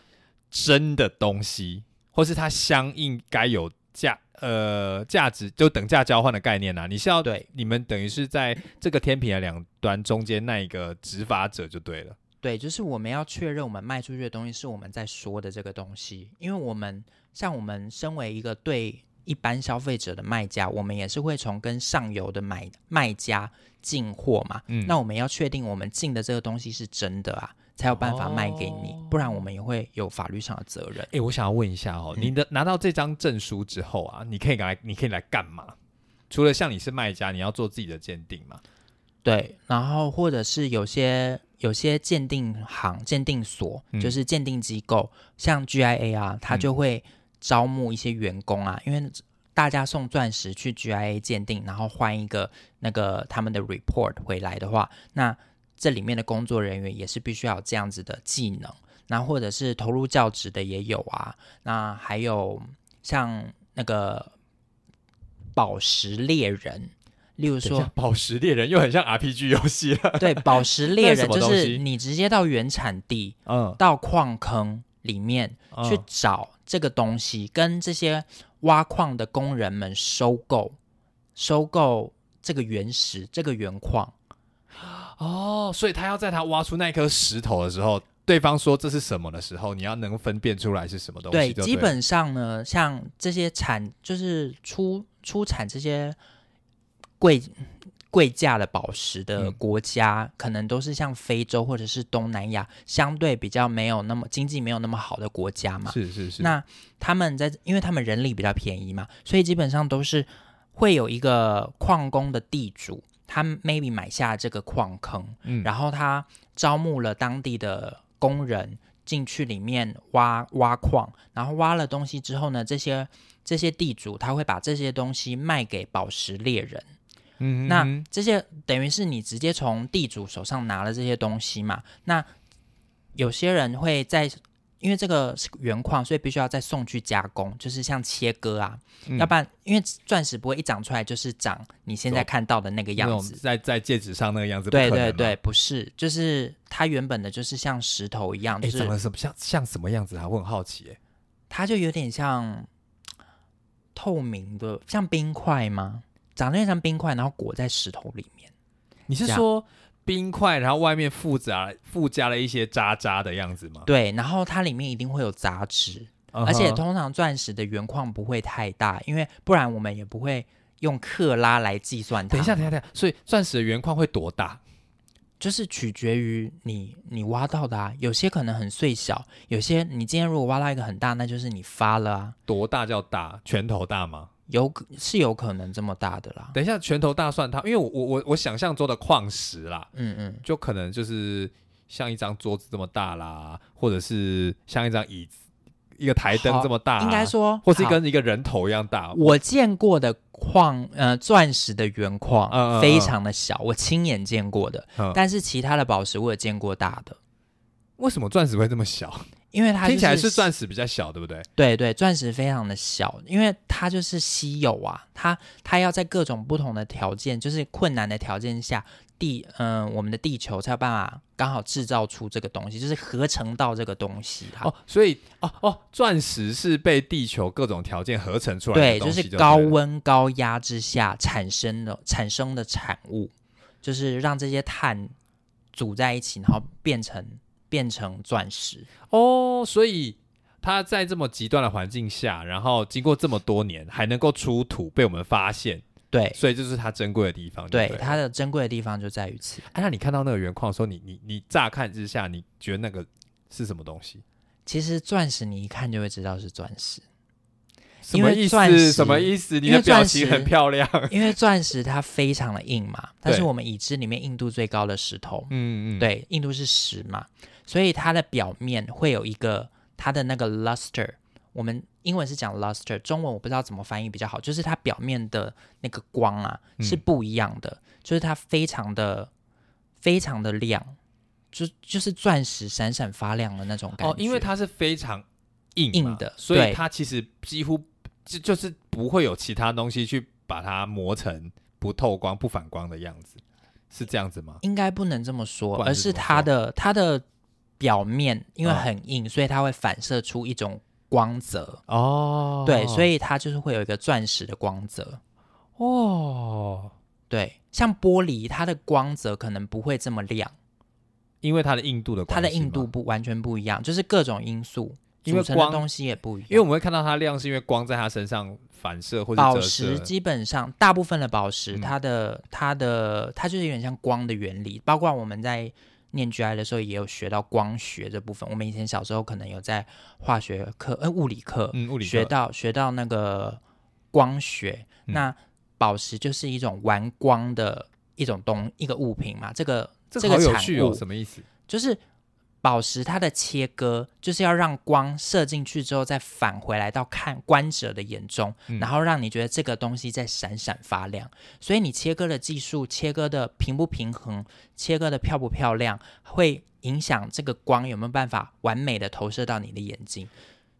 [SPEAKER 1] 真的东西，或是它相应该有价呃价值，就等价交换的概念啦、你是要
[SPEAKER 2] 对
[SPEAKER 1] 你们等于是在这个天平的两端中间那一个执法者就对了。
[SPEAKER 2] 对，就是我们要确认我们卖出去的东西是我们在说的这个东西，因为我们像我们身为一个对一般消费者的卖家，我们也是会从跟上游的买卖家进货嘛，
[SPEAKER 1] 嗯
[SPEAKER 2] 那我们要确定我们进的这个东西是真的啊，才有办法卖给你，不然我们也会有法律上的责任。
[SPEAKER 1] 诶，我想要问一下哦，
[SPEAKER 2] 嗯
[SPEAKER 1] 你的拿到这张证书之后啊，你可以来，你可以来干嘛？除了像你是卖家，你要做自己的鉴定嘛？
[SPEAKER 2] 对，然后或者是有些有些鉴定行、鉴定所，
[SPEAKER 1] 嗯
[SPEAKER 2] 就是鉴定机构，像 GIA 啊，它
[SPEAKER 1] 嗯
[SPEAKER 2] 就会招募一些员工啊，因为大家送钻石去 GIA 鉴定，然后换一个那个他们的 report 回来的话，那这里面的工作人员也是必须要有这样子的技能，那或者是投入教职的也有啊，那还有像那个宝石猎人，例如
[SPEAKER 1] 等一
[SPEAKER 2] 说
[SPEAKER 1] 下，。宝石猎人又很像 RPG 游戏 了。
[SPEAKER 2] 对，宝石
[SPEAKER 1] 那
[SPEAKER 2] 猎
[SPEAKER 1] 是什
[SPEAKER 2] 人
[SPEAKER 1] 么
[SPEAKER 2] 就
[SPEAKER 1] 东
[SPEAKER 2] 是
[SPEAKER 1] 西
[SPEAKER 2] 你直接到原产地、
[SPEAKER 1] 嗯，
[SPEAKER 2] 到矿坑里面
[SPEAKER 1] 嗯
[SPEAKER 2] 去找这个东西，跟这些挖矿的工人们收购，收购这个原石、这个原矿。
[SPEAKER 1] 哦，所以他要在他挖出那颗石头的时候，对方说这是什么的时候，你要能分辨出来是什么东西
[SPEAKER 2] 对，
[SPEAKER 1] 就
[SPEAKER 2] 基
[SPEAKER 1] 了
[SPEAKER 2] 本上呢，像这些产就是出出产这些贵贵价的宝石的
[SPEAKER 1] 嗯
[SPEAKER 2] 国家，可能都是像非洲或者是东南亚相对比较没有那么经济没有那么好的国家嘛。
[SPEAKER 1] 是是是，
[SPEAKER 2] 那他们在，因为他们人力比较便宜嘛，所以基本上都是会有一个矿工的地主，他 maybe 买下这个矿坑，
[SPEAKER 1] 嗯
[SPEAKER 2] 然后他招募了当地的工人进去里面挖挖矿，然后挖了东西之后呢，这些这些地主他会把这些东西卖给宝石猎人。
[SPEAKER 1] 嗯
[SPEAKER 2] 那
[SPEAKER 1] 嗯
[SPEAKER 2] 这些等于是你直接从地主手上拿了这些东西嘛。那有些人会在，因为这个是原矿，所以必须要再送去加工，就是像切割啊，
[SPEAKER 1] 嗯
[SPEAKER 2] 要不然因为钻石不会一长出来就是长你现在看到的那个
[SPEAKER 1] 那
[SPEAKER 2] 样
[SPEAKER 1] 种
[SPEAKER 2] 子。
[SPEAKER 1] 在在戒指上那个样子，
[SPEAKER 2] 对对对，，不啊是，就是它原本的就是像石头一样，
[SPEAKER 1] 哎，
[SPEAKER 2] 就
[SPEAKER 1] 长
[SPEAKER 2] 是
[SPEAKER 1] 得什么像像什么样子啊？我很好奇，哎，
[SPEAKER 2] 它就有点像透明的，像冰块吗？长得有点像冰块，然后裹在石头里面。
[SPEAKER 1] 你是
[SPEAKER 2] 这样
[SPEAKER 1] 说冰块，然后外面附杂附加了一些渣渣的样子吗？
[SPEAKER 2] 对，然后它里面一定会有杂质，
[SPEAKER 1] 嗯哼
[SPEAKER 2] 而且通常钻石的原矿不会太大，因为不然我们也不会用克拉来计算它。
[SPEAKER 1] 等一下，等一下，等一下，所以钻石的原矿会多大？
[SPEAKER 2] 就是取决于你你挖到的啊，有些可能很碎小，有些你今天如果挖到一个很大，那就是你发了啊，
[SPEAKER 1] 多大叫大？拳头大吗？
[SPEAKER 2] 有可是有可能这么大的啦。
[SPEAKER 1] 等一下，拳头大算它，因为我我我我想象中的矿石啦，
[SPEAKER 2] 嗯嗯，
[SPEAKER 1] 就可能就是像一张桌子这么大啦，或者是像一张椅子、一个台灯
[SPEAKER 2] 好
[SPEAKER 1] 这么大啊、
[SPEAKER 2] 应该说
[SPEAKER 1] 或是
[SPEAKER 2] 好
[SPEAKER 1] 跟一个人头一样大。
[SPEAKER 2] 我见过的矿，呃，钻石的原矿、
[SPEAKER 1] 嗯嗯嗯
[SPEAKER 2] 非常的小，我亲眼见过的。
[SPEAKER 1] 嗯
[SPEAKER 2] 但是其他的宝石我有见过大的，
[SPEAKER 1] 为什么钻石会这么小？
[SPEAKER 2] 因为它、
[SPEAKER 1] 听起来是
[SPEAKER 2] 钻。
[SPEAKER 1] 钻石比较小，对不对？
[SPEAKER 2] 对对，钻石非常的小，因为它就是稀有啊，它它要在各种不同的条件，就是困难的条件下，地嗯、我们的地球才有办法刚好制造出这个东西，就是合成到这个东西啦。
[SPEAKER 1] 哦，所以哦哦，钻石是被地球各种条件合成出来
[SPEAKER 2] 对，
[SPEAKER 1] 的
[SPEAKER 2] 就
[SPEAKER 1] 东西
[SPEAKER 2] 是
[SPEAKER 1] 就
[SPEAKER 2] 高
[SPEAKER 1] 对了
[SPEAKER 2] 温高压之下产生的产生的产物，就是让这些碳组在一起，然后变成变成钻石。
[SPEAKER 1] 哦，所以它在这么极端的环境下，然后经过这么多年还能够出土被我们发现，
[SPEAKER 2] 对
[SPEAKER 1] 所以这是它珍贵的地方就对
[SPEAKER 2] 对
[SPEAKER 1] 了，，
[SPEAKER 2] 它的珍贵的地方就在于此。
[SPEAKER 1] 哎、那你看到那个原矿的时候，你你你乍看之下，你觉得那个是什么东西？
[SPEAKER 2] 其实钻石你一看就会知道是钻石。
[SPEAKER 1] 什
[SPEAKER 2] 因
[SPEAKER 1] 么
[SPEAKER 2] 为
[SPEAKER 1] 意
[SPEAKER 2] 钻石
[SPEAKER 1] 思？什么意思？你
[SPEAKER 2] 因
[SPEAKER 1] 的
[SPEAKER 2] 为
[SPEAKER 1] 表
[SPEAKER 2] 钻
[SPEAKER 1] 情
[SPEAKER 2] 石
[SPEAKER 1] 很漂亮。
[SPEAKER 2] 因为钻石它非常的硬嘛，它
[SPEAKER 1] 对
[SPEAKER 2] 是我们已知里面硬度最高的石头。
[SPEAKER 1] 嗯嗯，
[SPEAKER 2] 对，硬度是十嘛，所以它的表面会有一个它的那个 luster，我们英文是讲 luster，中文我不知道怎么翻译比较好，就是它表面的那个光啊
[SPEAKER 1] 嗯
[SPEAKER 2] 是不一样的，就是它非常的非常的亮，就就是钻石闪闪发亮的那种感觉。
[SPEAKER 1] 哦，因为它是非常硬嘛
[SPEAKER 2] 硬的
[SPEAKER 1] 所以
[SPEAKER 2] 对
[SPEAKER 1] 它其实几乎就就是不会有其他东西去把它磨成不透光、不反光的样子，是这样子吗？
[SPEAKER 2] 应该不能这么说
[SPEAKER 1] 不，然
[SPEAKER 2] 而
[SPEAKER 1] 是
[SPEAKER 2] 是
[SPEAKER 1] 怎么
[SPEAKER 2] 它
[SPEAKER 1] 说
[SPEAKER 2] 的它的表面因为
[SPEAKER 1] 嗯
[SPEAKER 2] 很硬，所以它会反射出一种光泽。
[SPEAKER 1] 哦，
[SPEAKER 2] 对，所以它就是会有一个钻石的光泽。
[SPEAKER 1] 哦，
[SPEAKER 2] 对，像玻璃，它的光泽可能不会这么亮，
[SPEAKER 1] 因为它的硬度的关
[SPEAKER 2] 它
[SPEAKER 1] 系吗，
[SPEAKER 2] 的硬度不完全不一样，就是各种因素
[SPEAKER 1] 因为
[SPEAKER 2] 组成的
[SPEAKER 1] 光
[SPEAKER 2] 东西也不一样。
[SPEAKER 1] 因为我们会看到它亮，是因为光在它身上反射或者
[SPEAKER 2] 宝
[SPEAKER 1] 折
[SPEAKER 2] 石
[SPEAKER 1] 射。
[SPEAKER 2] 基本上大部分的宝石，
[SPEAKER 1] 嗯
[SPEAKER 2] 它的它的它就是有点像光的原理，包括我们在念 GI 的时候也有学到光学这部分。我们以前小时候可能有在化学课、呃物理课、
[SPEAKER 1] 嗯，物理
[SPEAKER 2] 学
[SPEAKER 1] 课
[SPEAKER 2] 到学到那个光学。
[SPEAKER 1] 嗯
[SPEAKER 2] 那宝石就是一种玩光的一种东一个物品嘛，这个
[SPEAKER 1] 这
[SPEAKER 2] 这
[SPEAKER 1] 个好
[SPEAKER 2] 个
[SPEAKER 1] 有
[SPEAKER 2] 产
[SPEAKER 1] 趣
[SPEAKER 2] 物
[SPEAKER 1] 哦，什么意思？
[SPEAKER 2] 就是宝石它的切割，就是要让光射进去之后再返回来到看观者的眼中，
[SPEAKER 1] 嗯
[SPEAKER 2] 然后让你觉得这个东西在闪闪发亮。所以你切割的技术、切割的平不平衡、切割的漂不漂亮，会影响这个光有没有办法完美的投射到你的眼睛。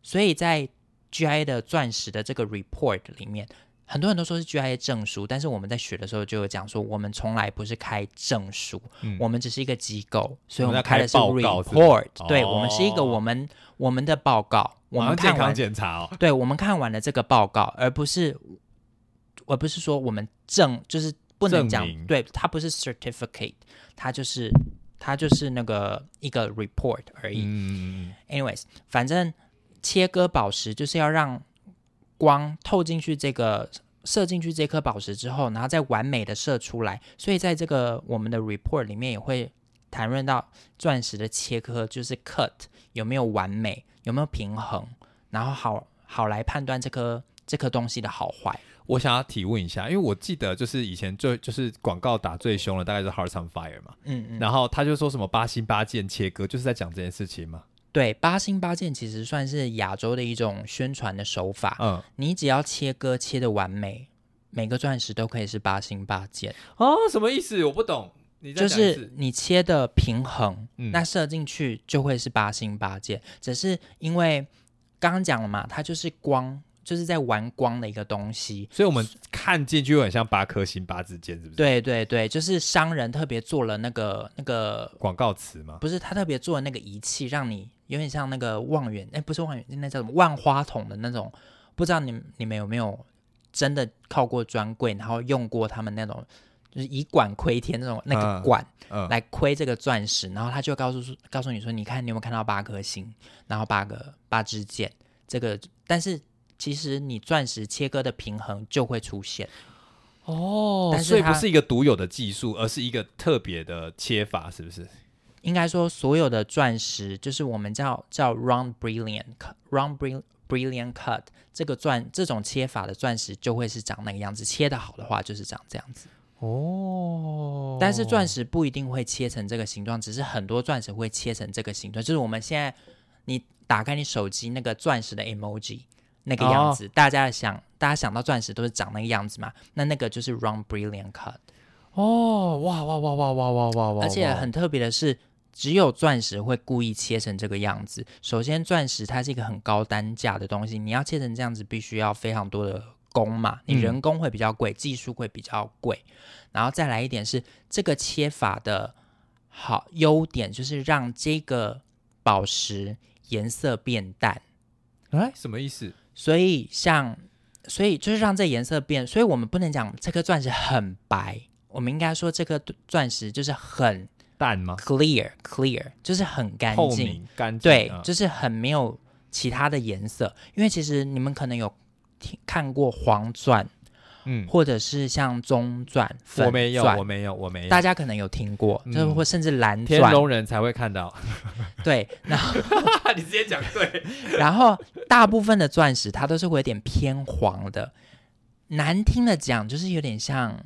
[SPEAKER 2] 所以在 GIA 的钻石的这个 report 里面。很多人都说是 GIA 证书，但是我们在学的时候就有讲说，我们从来不是开证书，
[SPEAKER 1] 嗯
[SPEAKER 2] 我们只是一个机构，所以
[SPEAKER 1] 我
[SPEAKER 2] 我
[SPEAKER 1] 们
[SPEAKER 2] 们
[SPEAKER 1] 在开
[SPEAKER 2] 开的是
[SPEAKER 1] 报告是不是
[SPEAKER 2] report，
[SPEAKER 1] 哦
[SPEAKER 2] 对我们是一个我们我们的报告，我
[SPEAKER 1] 好
[SPEAKER 2] 们
[SPEAKER 1] 像健
[SPEAKER 2] 看
[SPEAKER 1] 康
[SPEAKER 2] 完，
[SPEAKER 1] 检查哦，
[SPEAKER 2] 对我们看完了这个报告，而不是而不是说我们证就是不能
[SPEAKER 1] 证
[SPEAKER 2] 讲
[SPEAKER 1] 明，
[SPEAKER 2] 对它不是 certificate，它就是它就是那个一个 report 而已。
[SPEAKER 1] 嗯嗯
[SPEAKER 2] Anyways，反正切割宝石就是要让光透进去这个射进去这颗宝石之后，然后再完美的射出来。所以在这个我们的 report 里面也会谈论到钻石的切割，就是 cut 有没有完美，有没有平衡，然后好好来判断这颗这颗东西的好坏。
[SPEAKER 1] 嗯，我想要提问一下，因为我记得就是以前最就是广告打最凶的大概是 Hearts on Fire 嘛，
[SPEAKER 2] 嗯嗯，
[SPEAKER 1] 然后他就说什么八星八箭切割，就是在讲这件事情嘛。
[SPEAKER 2] 对，八星八箭其实算是亚洲的一种宣传的手法。
[SPEAKER 1] 嗯，
[SPEAKER 2] 你只要切割切的完美，每个钻石都可以是八星八箭，
[SPEAKER 1] 哦，什么意思？我不懂。你再
[SPEAKER 2] 就
[SPEAKER 1] 讲一
[SPEAKER 2] 是
[SPEAKER 1] 次
[SPEAKER 2] 你切的平衡，
[SPEAKER 1] 嗯
[SPEAKER 2] 那射进去就会是八星八箭。只是因为刚刚讲了嘛，它就是光，就是在玩光的一个东西。
[SPEAKER 1] 所以我们看进去会很像八颗星八支箭，是不是？，
[SPEAKER 2] 对对对，就是商人特别做了那个那个
[SPEAKER 1] 广告词嘛。
[SPEAKER 2] 不是他特别做的那个仪器，让你有点像那个望远，哎，不是望远镜，那叫什么万花筒的那种。不知道你们你们有没有真的靠过专柜，然后用过他们那种，就是以管窥天那种那个
[SPEAKER 1] 嗯
[SPEAKER 2] 管、
[SPEAKER 1] 嗯，
[SPEAKER 2] 来窥这个钻石，然后他就告诉说告诉你说，你看你有没有看到八颗星，然后八个八支箭，这个但是。其实你钻石切割的平衡就会出现，
[SPEAKER 1] 哦
[SPEAKER 2] 但是
[SPEAKER 1] 所以
[SPEAKER 2] 它
[SPEAKER 1] 不是一个独有的技术，而是一个特别的切法，是不是？
[SPEAKER 2] 应该说所有的钻石，就是我们叫叫 round brilliant cut- round brill- brilliant cut 这个钻这种切法的钻石就会是长那个样子，切的好的话就是长这样子。
[SPEAKER 1] 哦
[SPEAKER 2] 但是钻
[SPEAKER 1] 石，
[SPEAKER 2] 石不一定会切成这个形状，只是很多钻石会切成这个形状，就是我们现在你打开你手机那个钻石的 emoji 那个样子，大家想大家想到钻石都是长那个样子嘛，那那个就是 round brilliant cut。
[SPEAKER 1] 哦，哇哇哇哇哇哇哇哇！
[SPEAKER 2] 而且很特别的是，只有钻石会故意切成这个样子。首先，钻石它是一个很高单价的东西，你要切成这样子，必须要非常多的工嘛，你
[SPEAKER 1] 嗯
[SPEAKER 2] 人工会比较贵，技术会比较贵。然后再来一点是，这个切法的好优点就是让这个宝石颜色变淡。
[SPEAKER 1] 哎，什么意思？
[SPEAKER 2] 所以像，所以就是让这颜色变，所以我们不能讲这颗钻石很白，我们应该说这颗钻石就是很
[SPEAKER 1] 淡吗？
[SPEAKER 2] clear clear，就是很干
[SPEAKER 1] 透
[SPEAKER 2] 净，
[SPEAKER 1] 明干净，
[SPEAKER 2] 对，
[SPEAKER 1] 嗯
[SPEAKER 2] 就是很没有其他的颜色。因为其实你们可能有听看过黄钻，
[SPEAKER 1] 嗯，
[SPEAKER 2] 或者是像棕钻、粉
[SPEAKER 1] 我没有，
[SPEAKER 2] 钻
[SPEAKER 1] 我没有，我没有。
[SPEAKER 2] 大家可能有听过，
[SPEAKER 1] 嗯
[SPEAKER 2] 就是或甚至蓝
[SPEAKER 1] 天
[SPEAKER 2] 钻，
[SPEAKER 1] 龙人才会看到，
[SPEAKER 2] 对。然后
[SPEAKER 1] 你直接讲对。
[SPEAKER 2] 然后大部分的钻石它都是会有点偏黄的，难听的讲就是有点像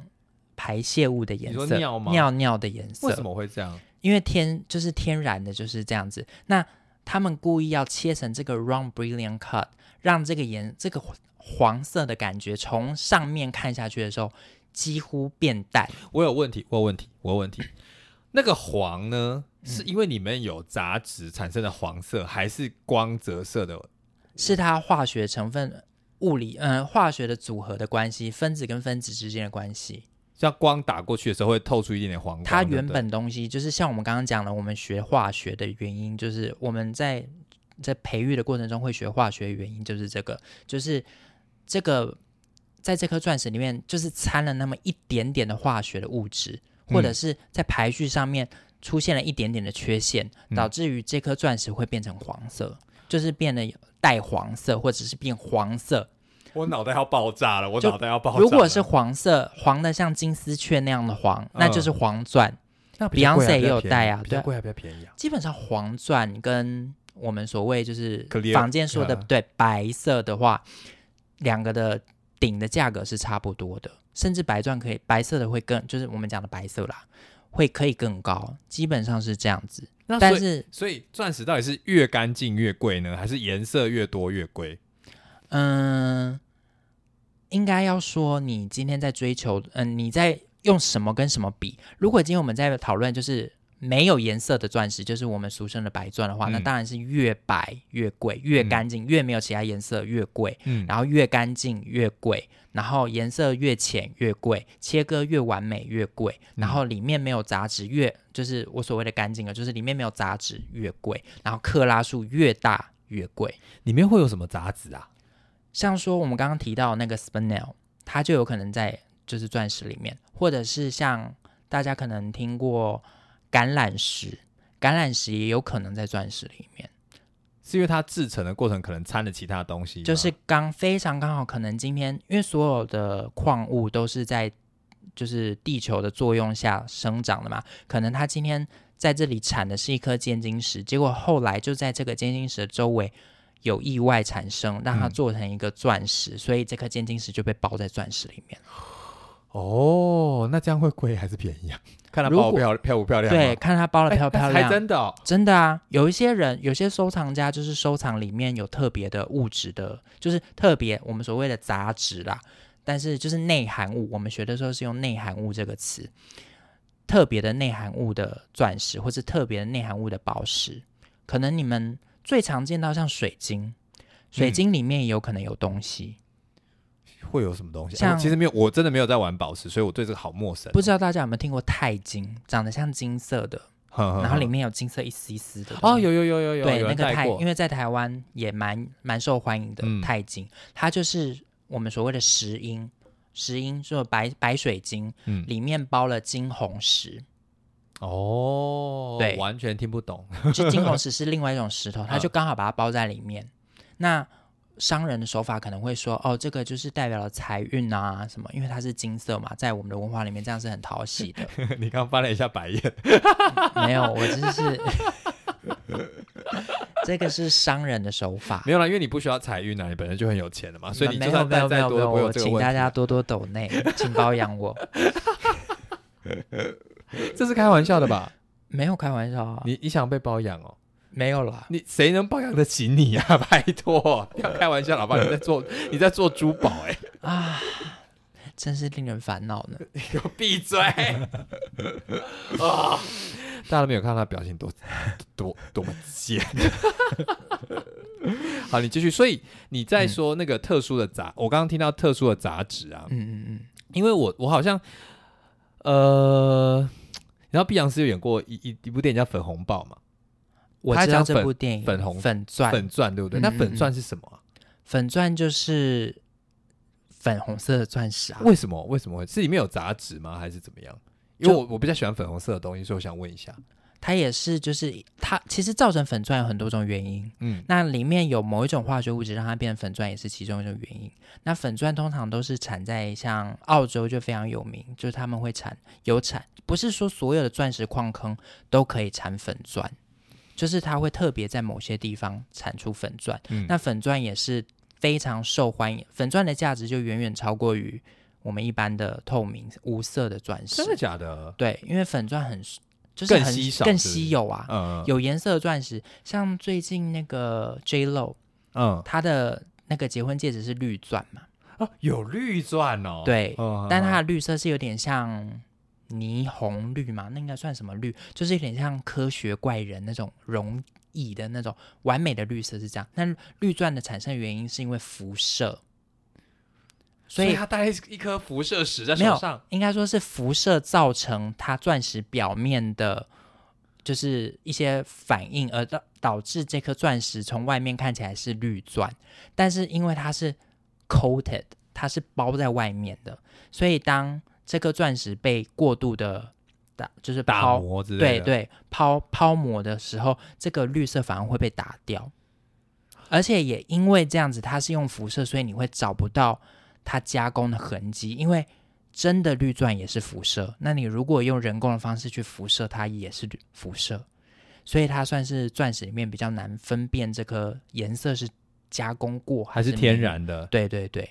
[SPEAKER 2] 排泄物的颜
[SPEAKER 1] 你
[SPEAKER 2] 色，
[SPEAKER 1] 说尿吗
[SPEAKER 2] 尿尿的颜 色。
[SPEAKER 1] 为什么会这样？
[SPEAKER 2] 因为天就是天然的就是这样子。那他们故意要切成这个 round brilliant cut，让这个颜这个黄色的感觉从上面看下去的时候几乎变淡。
[SPEAKER 1] 我有问题，我有问题，我有问题。 那个黄呢，
[SPEAKER 2] 嗯
[SPEAKER 1] 是因为里面有杂质产生的黄色，还是光折射的？
[SPEAKER 2] 是它化学成分、物理嗯、呃化学的组合的关系，分子跟分子之间的关系。
[SPEAKER 1] 像光打过去的时候会透出一点点黄光。
[SPEAKER 2] 它
[SPEAKER 1] 对不对
[SPEAKER 2] 原本东西就是像我们刚刚讲的，我们学化学的原因就是我们在在培育的过程中会学化学的原因就是这个，就是这个在这颗钻石里面就是掺了那么一点点的化学的物质，或者
[SPEAKER 1] 嗯
[SPEAKER 2] 是在排序上面出现了一点点的缺陷，
[SPEAKER 1] 嗯
[SPEAKER 2] 导致于这颗钻石会变成黄色，就是变得带黄色或者是变黄色，
[SPEAKER 1] 我脑袋要爆炸了，我
[SPEAKER 2] 就
[SPEAKER 1] 脑袋要爆炸了。
[SPEAKER 2] 如果是黄色，黄的像金丝雀那样的黄，那
[SPEAKER 1] 嗯
[SPEAKER 2] 就是黄钻。那 Beyonce 也有戴啊，
[SPEAKER 1] 比
[SPEAKER 2] 对
[SPEAKER 1] 较
[SPEAKER 2] 啊，
[SPEAKER 1] 贵还比较便宜啊。
[SPEAKER 2] 基本上黄钻跟我们所谓就是
[SPEAKER 1] Clear，
[SPEAKER 2] 房间说的
[SPEAKER 1] 嗯
[SPEAKER 2] 对白色的话，两个的顶的价格是差不多的，甚至白钻可以白色的会更，就是我们讲的白色啦，会可以更高，基本上是这样子。
[SPEAKER 1] 那
[SPEAKER 2] 但
[SPEAKER 1] 所以
[SPEAKER 2] 是，
[SPEAKER 1] 所以钻石到底是越干净越贵呢，还是颜色越多越贵？
[SPEAKER 2] 嗯、应该要说你今天在追求，嗯、你在用什么跟什么比？如果今天我们在讨论就是没有颜色的钻石，就是我们俗称的白钻的话，
[SPEAKER 1] 嗯
[SPEAKER 2] 那当然是越白越贵，越干净，越没有其他颜色越贵，
[SPEAKER 1] 嗯，
[SPEAKER 2] 然后越干净越贵，然后颜色越浅越贵，切割越完美越贵，
[SPEAKER 1] 嗯
[SPEAKER 2] 然后里面没有杂质越就是我所谓的干净了，就是里面没有杂质越贵，然后克拉数越大越贵。
[SPEAKER 1] 里面会有什么杂质啊？
[SPEAKER 2] 像说我们刚刚提到那个 spinel，它就有可能在就是钻石里面，或者是像大家可能听过橄榄石，橄榄石也有可能在钻石里面，
[SPEAKER 1] 是因为它制成的过程可能掺了其他东西吗，
[SPEAKER 2] 就是刚非常刚好，可能今天因为所有的矿物都是在就是地球的作用下生长的嘛，可能它今天在这里产的是一颗尖晶石，结果后来就在这个尖晶石的周围。有意外产生，让它
[SPEAKER 1] 嗯
[SPEAKER 2] 做成一个钻石，所以这颗尖晶石就被包在钻石里面。
[SPEAKER 1] 哦，那这样会贵还是便宜 啊？看它
[SPEAKER 2] 如
[SPEAKER 1] 包
[SPEAKER 2] 果
[SPEAKER 1] 漂漂不漂亮吗？
[SPEAKER 2] 对，看它包的
[SPEAKER 1] 哎，
[SPEAKER 2] 漂不漂
[SPEAKER 1] 还
[SPEAKER 2] 亮，
[SPEAKER 1] 真的哦，
[SPEAKER 2] 啊真的啊，有一些人，有些收藏家就是收藏里面有特别的物质的，就是特别我们所谓的杂质啦，但是就是内含物，我们学的时候是用内含物这个词，特别的内含物的钻石，或是特别的内含物的宝石，可能你们最常见到像水晶，水
[SPEAKER 1] 嗯
[SPEAKER 2] 晶里面也有可能有东西，
[SPEAKER 1] 会有什么东西？
[SPEAKER 2] 像
[SPEAKER 1] 我其实没有，我真的没有在玩宝石，所以我对这个好陌生。
[SPEAKER 2] 不知道大家有没有听过钛金，长得像金色的，
[SPEAKER 1] 哼，哼
[SPEAKER 2] 然后里
[SPEAKER 1] 哼
[SPEAKER 2] 面有金色一丝一丝的东
[SPEAKER 1] 哦，
[SPEAKER 2] 西
[SPEAKER 1] 有有有有有，
[SPEAKER 2] 对，
[SPEAKER 1] 有
[SPEAKER 2] 那
[SPEAKER 1] 人
[SPEAKER 2] 个
[SPEAKER 1] 带
[SPEAKER 2] 钛，
[SPEAKER 1] 过
[SPEAKER 2] 因，为在台湾也蛮蛮受欢迎的
[SPEAKER 1] 嗯
[SPEAKER 2] 钛金，它就是我们所谓的石英，石英就是白白水晶，
[SPEAKER 1] 嗯
[SPEAKER 2] 里面包了金红石，
[SPEAKER 1] 哦，
[SPEAKER 2] 对
[SPEAKER 1] 完全听不懂。
[SPEAKER 2] 就金红石是另外一种石头，它就刚好把它包在里面。那商人的手法可能会说，哦，这个就是代表了财运啊什么，因为它是金色嘛，在我们的文化里面这样是很讨喜的。
[SPEAKER 1] 你刚翻了一下白眼，
[SPEAKER 2] 没有，我只是 这个是商人的手法
[SPEAKER 1] 没。有啦，因为你不需要财运啊，你本身就很有钱了嘛，所以你
[SPEAKER 2] 没
[SPEAKER 1] 就
[SPEAKER 2] 有
[SPEAKER 1] 算
[SPEAKER 2] 没
[SPEAKER 1] 带
[SPEAKER 2] 有没
[SPEAKER 1] 再
[SPEAKER 2] 有
[SPEAKER 1] 多
[SPEAKER 2] 没
[SPEAKER 1] 都
[SPEAKER 2] 有，
[SPEAKER 1] 不会有
[SPEAKER 2] 我
[SPEAKER 1] 这个
[SPEAKER 2] 请
[SPEAKER 1] 问
[SPEAKER 2] 大
[SPEAKER 1] 题。
[SPEAKER 2] 家多多抖 内，请包养我，
[SPEAKER 1] 这是开玩笑的吧？
[SPEAKER 2] 没有开玩笑 啊，
[SPEAKER 1] 你你想被包养哦？
[SPEAKER 2] 没有啦，
[SPEAKER 1] 你谁能包养得起你啊？ 拜托，不要开玩笑了，好不好？你在做你在做珠宝哎、
[SPEAKER 2] 真是令人烦恼呢。
[SPEAKER 1] 你给我闭嘴！ 啊、大家都没有看到他表情多 多多么贱。 好，你继续。所以你在说那个特殊的杂，我刚刚听到特殊的杂质啊，
[SPEAKER 2] 嗯嗯嗯，
[SPEAKER 1] 因为我我好像，呃，然后碧昂斯有演过一一一部电影叫《粉红豹》嘛，
[SPEAKER 2] 我
[SPEAKER 1] 他
[SPEAKER 2] 知道
[SPEAKER 1] 讲
[SPEAKER 2] 这
[SPEAKER 1] 粉
[SPEAKER 2] 部电影
[SPEAKER 1] 粉红
[SPEAKER 2] 粉钻
[SPEAKER 1] 粉钻对不对？
[SPEAKER 2] 嗯
[SPEAKER 1] 那
[SPEAKER 2] 嗯
[SPEAKER 1] 粉
[SPEAKER 2] 嗯
[SPEAKER 1] 钻是什么啊、
[SPEAKER 2] 粉钻就是粉红色的钻石啊。
[SPEAKER 1] 为什么？为什么会是里面有杂质吗？还是怎么样？因为
[SPEAKER 2] 就
[SPEAKER 1] 我我比较喜欢粉红色的东西，所以我想问一下。
[SPEAKER 2] 它也是就是它其实造成粉钻有很多种原因，
[SPEAKER 1] 嗯
[SPEAKER 2] 那里面有某一种化学物质让它变成粉钻，也是其中一种原因。那粉钻通常都是产在像澳洲就非常有名，就是他们会产有产，不是说所有的钻石矿坑都可以产粉钻，就是它会特别在某些地方产出粉钻。
[SPEAKER 1] 嗯
[SPEAKER 2] 那粉钻也是非常受欢迎，粉钻的价值就远远超过于我们一般的透明无色的钻石
[SPEAKER 1] 真。的假的？
[SPEAKER 2] 对，因为粉钻很就是
[SPEAKER 1] 更
[SPEAKER 2] 很
[SPEAKER 1] 稀少
[SPEAKER 2] 更
[SPEAKER 1] 是不是
[SPEAKER 2] 稀有啊。
[SPEAKER 1] 嗯
[SPEAKER 2] 有颜色的钻石，像最近那个 J Lo，
[SPEAKER 1] 嗯
[SPEAKER 2] 她的那个结婚戒指是绿钻嘛，
[SPEAKER 1] 啊，有绿钻哦。
[SPEAKER 2] 对
[SPEAKER 1] 嗯，
[SPEAKER 2] 但它的绿色是有点像霓虹绿嘛，那应该算什么绿？就是有点像科学怪人那种容易的那种完美的绿色是这样。那绿钻的产生原因是因为辐射，所
[SPEAKER 1] 所以
[SPEAKER 2] 以
[SPEAKER 1] 它带一颗辐射石在
[SPEAKER 2] 没
[SPEAKER 1] 手
[SPEAKER 2] 有
[SPEAKER 1] 上。
[SPEAKER 2] 应该说是辐射造成它钻石表面的，就是一些反应，而导导致这颗钻石从外面看起来是绿钻，但是因为它是 coated，它是包在外面的，所以当这颗钻石被过度的打，就是
[SPEAKER 1] 打
[SPEAKER 2] 抛，
[SPEAKER 1] 磨之类
[SPEAKER 2] 对
[SPEAKER 1] 的，
[SPEAKER 2] 对，抛抛膜的时候，这个绿色反而会被打掉，而且也因为这样子，它是用辐射，所以你会找不到它加工的痕迹，因为真的绿钻也是辐射，那你如果用人工的方式去辐射，它也是绿辐射，所以它算是钻石里面比较难分辨这颗颜色是加工过
[SPEAKER 1] 还
[SPEAKER 2] 是
[SPEAKER 1] 是天
[SPEAKER 2] 没有。
[SPEAKER 1] 然的。
[SPEAKER 2] 对对对，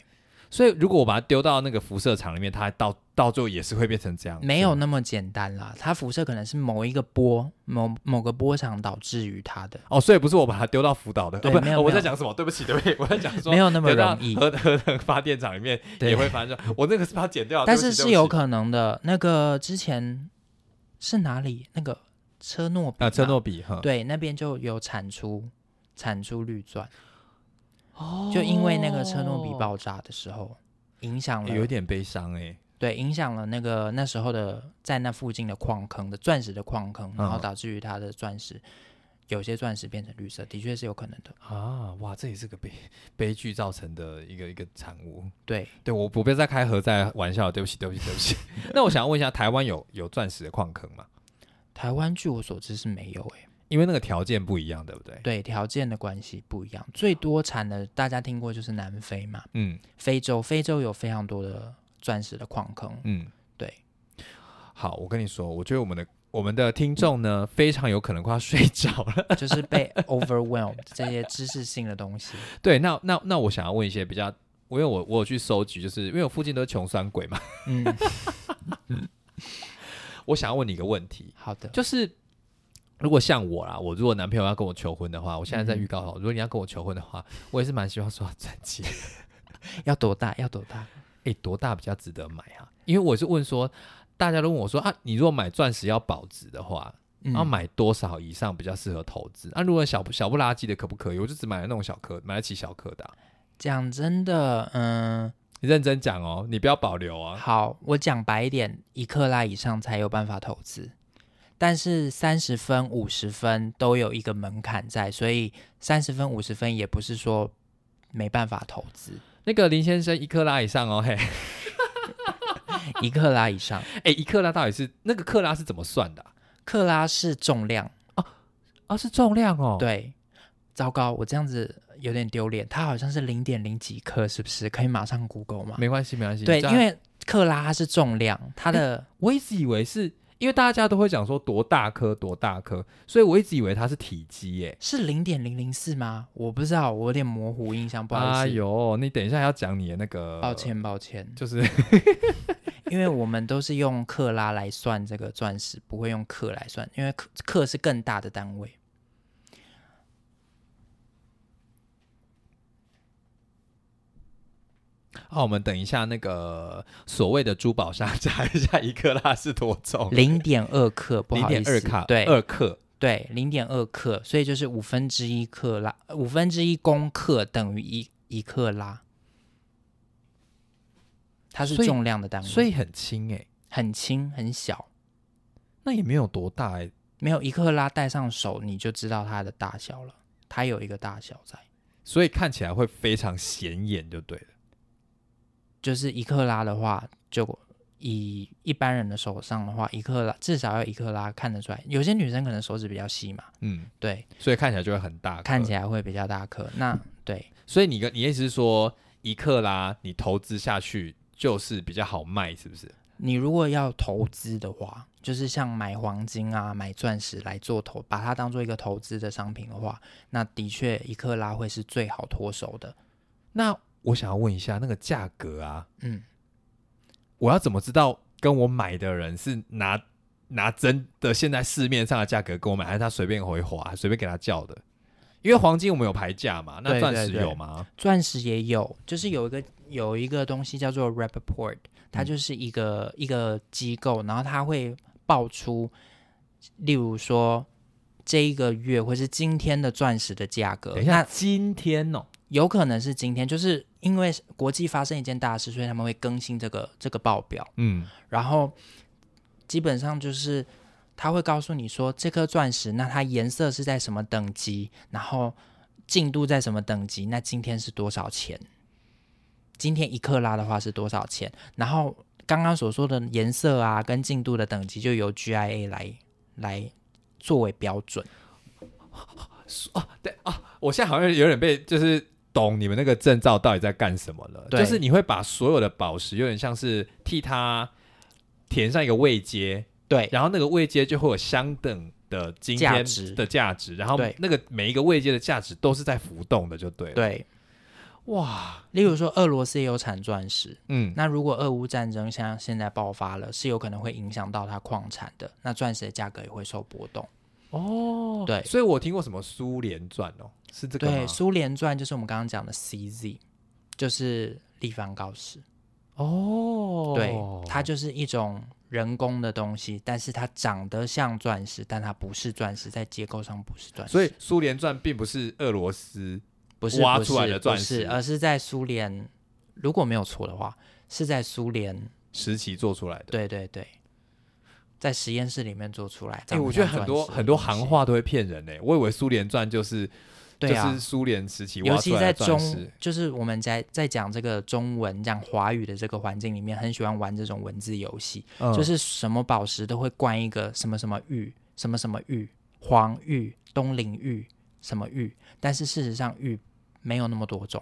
[SPEAKER 1] 所以如果我把它丢到那个辐射场里面，它到到最后也是会变成这样。
[SPEAKER 2] 没有
[SPEAKER 1] 是吗
[SPEAKER 2] 那么简单啦，它辐射可能是某一个波、某某个波长导致于它的，
[SPEAKER 1] 哦，所以不是我把它丢到福岛的，
[SPEAKER 2] 对
[SPEAKER 1] 哦、不
[SPEAKER 2] 没
[SPEAKER 1] 是、
[SPEAKER 2] 有
[SPEAKER 1] 我在
[SPEAKER 2] 没有
[SPEAKER 1] 讲什么？对不起，对不起，我 在讲说
[SPEAKER 2] 没有那么
[SPEAKER 1] 丢到
[SPEAKER 2] 容易。
[SPEAKER 1] 核核能发电厂里面
[SPEAKER 2] 对
[SPEAKER 1] 也会发生这样。我那个是把它剪掉，
[SPEAKER 2] 但
[SPEAKER 1] 对
[SPEAKER 2] 是
[SPEAKER 1] 不起
[SPEAKER 2] 是有
[SPEAKER 1] 对不起
[SPEAKER 2] 可能的。那个之前是哪里？那个车诺比
[SPEAKER 1] 啊，车
[SPEAKER 2] 嘛
[SPEAKER 1] 诺比哈，
[SPEAKER 2] 对那边就有产出产出绿钻，
[SPEAKER 1] 哦
[SPEAKER 2] 就因为那个车诺比爆炸的时候，影响了
[SPEAKER 1] 有点悲伤哎、
[SPEAKER 2] 对影响了那个那时候的在那附近的矿坑的钻石的矿坑，然后
[SPEAKER 1] 嗯
[SPEAKER 2] 导致于它的钻石。有些钻石变成绿色，的确是有可能的。
[SPEAKER 1] 啊，哇，这也是个悲悲剧造成的一个一个产物。
[SPEAKER 2] 对，
[SPEAKER 1] 对我，我不要再 开核在玩笑了，对不起，对不起，对不起。那我想问一下，台湾有有钻石的矿坑吗？
[SPEAKER 2] 台湾据我所知是没有诶、
[SPEAKER 1] 因为那个条件不一样，对不对？
[SPEAKER 2] 对，条件的关系不一样，最多产的大家听过就是南非嘛，
[SPEAKER 1] 嗯
[SPEAKER 2] 非洲，非洲有非常多的钻石的矿坑，
[SPEAKER 1] 嗯，
[SPEAKER 2] 对。
[SPEAKER 1] 好，我跟你说，我觉得我们的我们的听众呢，非常有可能快要睡着了。
[SPEAKER 2] 就是 被 overwhelmed 这些知识性的东 西。
[SPEAKER 1] 对，那那那我想要问一些比较，因为我我有去搜集，就是因为我附近都是穷酸鬼嘛，
[SPEAKER 2] 嗯，
[SPEAKER 1] 我想要问你一个问题，
[SPEAKER 2] 好的，
[SPEAKER 1] 就是如果像我啦，我如果男朋友要跟我求婚的话，我现在在
[SPEAKER 2] 嗯
[SPEAKER 1] 预告好，如果你要跟我求婚的话，我也是蛮希望说钻戒，
[SPEAKER 2] 要多大？要多大？
[SPEAKER 1] 诶，多大比较值得买啊？因为我是问说，大家都问我说啊，你如果买钻石要保值的话，
[SPEAKER 2] 嗯
[SPEAKER 1] 要、买多少以上比较适合投资？啊那、如果小不小不拉几的可不可以？我就只买了那种小颗，买得起小颗的啊、
[SPEAKER 2] 讲真的，嗯，
[SPEAKER 1] 你认真讲哦，你不要保留啊。
[SPEAKER 2] 好，我讲白一点，一克拉以上才有办法投资。但是三十分、五十分都有一个门槛在，所以三十分、五十分也不是说没办法投资，
[SPEAKER 1] 那个林先生一克拉以上哦，嘿，
[SPEAKER 2] 一克拉以上，
[SPEAKER 1] 哎，一克拉到底是那个克拉是怎么算的啊？
[SPEAKER 2] 克拉是重量，
[SPEAKER 1] 啊是重量哦，，
[SPEAKER 2] 对。糟糕，我这样子有点丢脸。它好像是零点零几克，是不是？可以马上 Google 吗？
[SPEAKER 1] 没关系，没关系。
[SPEAKER 2] 对，
[SPEAKER 1] 你知道
[SPEAKER 2] 因为克拉它是重量，它的、
[SPEAKER 1] 我一直以为是因为大家都会讲说多大颗多大颗，所以我一直以为它是体积耶。
[SPEAKER 2] 是零点零零四吗？我不知道，我有点模糊印象，不好
[SPEAKER 1] 哎
[SPEAKER 2] 意思，
[SPEAKER 1] 呦，你等一下要讲你的那个，
[SPEAKER 2] 抱，歉抱歉，
[SPEAKER 1] 就是
[SPEAKER 2] 因为我们都是用克拉来算这个钻石，不会用克来算，因为克克是更大的单位。
[SPEAKER 1] 哦，我们等一下那个所谓的珠宝商查 一下一克拉是多重，
[SPEAKER 2] 零点二克，不
[SPEAKER 1] 零
[SPEAKER 2] 好意
[SPEAKER 1] 点
[SPEAKER 2] 思，
[SPEAKER 1] 二卡，
[SPEAKER 2] 对
[SPEAKER 1] 二克，
[SPEAKER 2] 对，零点二克，所以就是五分之一克拉，五分之一公克等于一一克拉，它是
[SPEAKER 1] 所以
[SPEAKER 2] 重量的单位，
[SPEAKER 1] 所以很轻哎，
[SPEAKER 2] 很轻很小。
[SPEAKER 1] 那也没有多大哎。
[SPEAKER 2] 没有一克拉戴上手，你就知道它的大小了。它有一个大小在，
[SPEAKER 1] 所以看起来会非常显眼，就对了。
[SPEAKER 2] 就是一克拉的话，就以一般人的手上的话，一克拉至少要一克拉看得出来。有些女生可能手指比较细嘛，
[SPEAKER 1] 嗯，
[SPEAKER 2] 对，
[SPEAKER 1] 所以看起来就会很大颗。
[SPEAKER 2] 看起来会比较大颗。那对
[SPEAKER 1] 所以你跟你意思是说，一克拉你投资下去就是比较好卖，是不是？
[SPEAKER 2] 你如果要投资的话，就是像买黄金啊、买钻石来做投，把它当做一个投资的商品的话，那的确一克拉会是最好脱手的。
[SPEAKER 1] 那我想要问一下，那个价格啊，
[SPEAKER 2] 嗯，
[SPEAKER 1] 我要怎么知道跟我买的人是拿拿真的现在市面上的价格跟我买，还是他随便回划，随便给他叫的？因为黄金我们有牌价嘛，那
[SPEAKER 2] 对
[SPEAKER 1] 钻
[SPEAKER 2] 对
[SPEAKER 1] 石
[SPEAKER 2] 对
[SPEAKER 1] 有吗？
[SPEAKER 2] 钻石也有，就是有一个有一个东西叫做 Rapport，它
[SPEAKER 1] 嗯
[SPEAKER 2] 就是一个、一个机构，然后它会报出，例如说这一个月或是今天的钻石的价格
[SPEAKER 1] 等一，下，
[SPEAKER 2] 那
[SPEAKER 1] 今天哦，
[SPEAKER 2] 有可能是今天，就是因为国际发生一件大事，所以他们会更新这个这个报表，
[SPEAKER 1] 嗯，
[SPEAKER 2] 然后基本上就是它会告诉你说这颗钻石，那它颜色是在什么等级，然后进度在什么等级，那今天是多少钱？今天一克拉的话是多少钱？然后刚刚所说的颜色啊，跟进度的等级就由 GIA 来来作为标准。
[SPEAKER 1] 我现在好像有点被就是懂你们那个证照到底在干什么了，
[SPEAKER 2] 对
[SPEAKER 1] 就是你会把所有的宝石有点像是替它填上一个位阶，
[SPEAKER 2] 对
[SPEAKER 1] 然后那个位阶就会有相等的今天
[SPEAKER 2] 价值
[SPEAKER 1] 的价值，然后
[SPEAKER 2] 对
[SPEAKER 1] 那个每一个位阶的价值都是在浮动的，就对了。，
[SPEAKER 2] 对，
[SPEAKER 1] 哇，
[SPEAKER 2] 例如说俄罗斯也有产钻石，
[SPEAKER 1] 嗯，
[SPEAKER 2] 那如果俄乌战争像现在爆发了，是有可能会影响到它矿产的，那钻石的价格也会受波动。
[SPEAKER 1] 哦，
[SPEAKER 2] 对
[SPEAKER 1] 所以我听过什么苏联钻哦，是这个吗
[SPEAKER 2] 对，？苏联钻就是我们刚刚讲的 CZ，就是立方高石。
[SPEAKER 1] 哦，
[SPEAKER 2] 对，它就是一种人工的东西，但是它长得像钻石，但它不是钻石，在结构上不是钻石，
[SPEAKER 1] 所以苏联钻并不是俄罗斯
[SPEAKER 2] 不是
[SPEAKER 1] 挖
[SPEAKER 2] 不是
[SPEAKER 1] 出来的钻
[SPEAKER 2] 不
[SPEAKER 1] 石
[SPEAKER 2] 是，而是在苏联，如果没有错的话，是在苏联，
[SPEAKER 1] 时期做出来的。
[SPEAKER 2] 对对对。在实验室里面做出来，
[SPEAKER 1] 哎、
[SPEAKER 2] 长
[SPEAKER 1] 我觉得
[SPEAKER 2] 像
[SPEAKER 1] 很
[SPEAKER 2] 钻
[SPEAKER 1] 多
[SPEAKER 2] 石的
[SPEAKER 1] 很多
[SPEAKER 2] 东西
[SPEAKER 1] 行，话都会骗人呢、我以为苏联传就是、
[SPEAKER 2] 对
[SPEAKER 1] 就
[SPEAKER 2] 啊，
[SPEAKER 1] 是苏联时期
[SPEAKER 2] 尤
[SPEAKER 1] 挖
[SPEAKER 2] 其
[SPEAKER 1] 出来的
[SPEAKER 2] 在
[SPEAKER 1] 钻石
[SPEAKER 2] 中，，就是我们在在讲这个中文、讲华语的这个环境里面，很喜欢玩这种文字游戏，
[SPEAKER 1] 嗯
[SPEAKER 2] 就是什么宝石都会冠一个什么什么玉，什么什么玉、黄玉、东陵玉什么玉，但是事实上玉没有那么多种，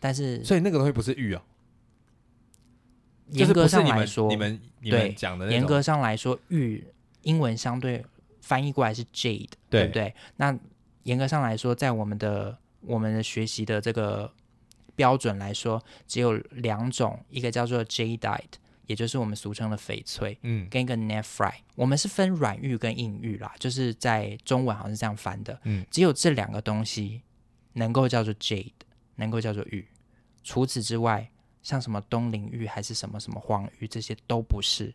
[SPEAKER 2] 但是
[SPEAKER 1] 嗯所以那个东西不是玉啊，就
[SPEAKER 2] 严
[SPEAKER 1] 是
[SPEAKER 2] 格
[SPEAKER 1] 不是
[SPEAKER 2] 上
[SPEAKER 1] 你
[SPEAKER 2] 来
[SPEAKER 1] 们
[SPEAKER 2] 说，
[SPEAKER 1] 你们你
[SPEAKER 2] 对
[SPEAKER 1] 们讲的那
[SPEAKER 2] 严
[SPEAKER 1] 种
[SPEAKER 2] 格上来说，玉英文相对翻译过来是 jade，
[SPEAKER 1] 对
[SPEAKER 2] 不对？那严格上来说，在我们的我们的学习的这个标准来说，只有两种，一个叫做 jadeite，也就是我们俗称的翡翠，
[SPEAKER 1] 嗯
[SPEAKER 2] 跟一个 nephrite。我们是分软玉跟硬玉啦，就是在中文好像是这样翻的。
[SPEAKER 1] 嗯，
[SPEAKER 2] 只有这两个东西能够叫做 jade，能够叫做玉。除此之外，像什么东陵玉还是什么什么黄玉，这些都不是。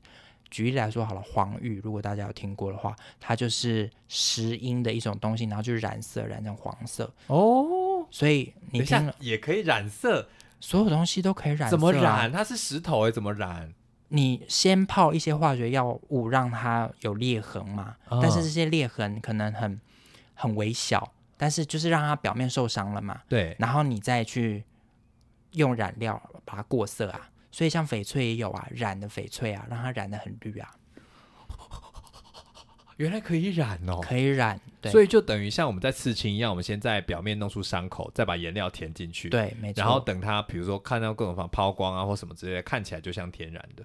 [SPEAKER 2] 举例来说好了，黄玉如果大家有听过的话，它就是石英的一种东西，然后就染色染成黄色。
[SPEAKER 1] 哦，
[SPEAKER 2] 所以
[SPEAKER 1] 等
[SPEAKER 2] 你
[SPEAKER 1] 一
[SPEAKER 2] 听
[SPEAKER 1] 下
[SPEAKER 2] 了，
[SPEAKER 1] 也可以染色，
[SPEAKER 2] 所有东西都可以染色、啊，
[SPEAKER 1] 怎么染？？它是石头哎，怎么染？
[SPEAKER 2] 你先泡一些化学药物让它有裂痕嘛，
[SPEAKER 1] 啊
[SPEAKER 2] 但是这些裂痕可能很很微小，但是就是让它表面受伤了嘛。
[SPEAKER 1] 对，
[SPEAKER 2] 然后你再去用染料把它过色啊。所以像翡翠也有啊，染的翡翠啊，让它染的很绿啊，
[SPEAKER 1] 原来可以染哦。
[SPEAKER 2] 可以染。对，
[SPEAKER 1] 所
[SPEAKER 2] 以
[SPEAKER 1] 以就等于像我们在刺青一样，我们先在表面弄出伤口，再把颜料填进去，，
[SPEAKER 2] 对，没错。
[SPEAKER 1] 然后等它，比如说看到各种方抛光啊或什么之类的，看起来就像天然的，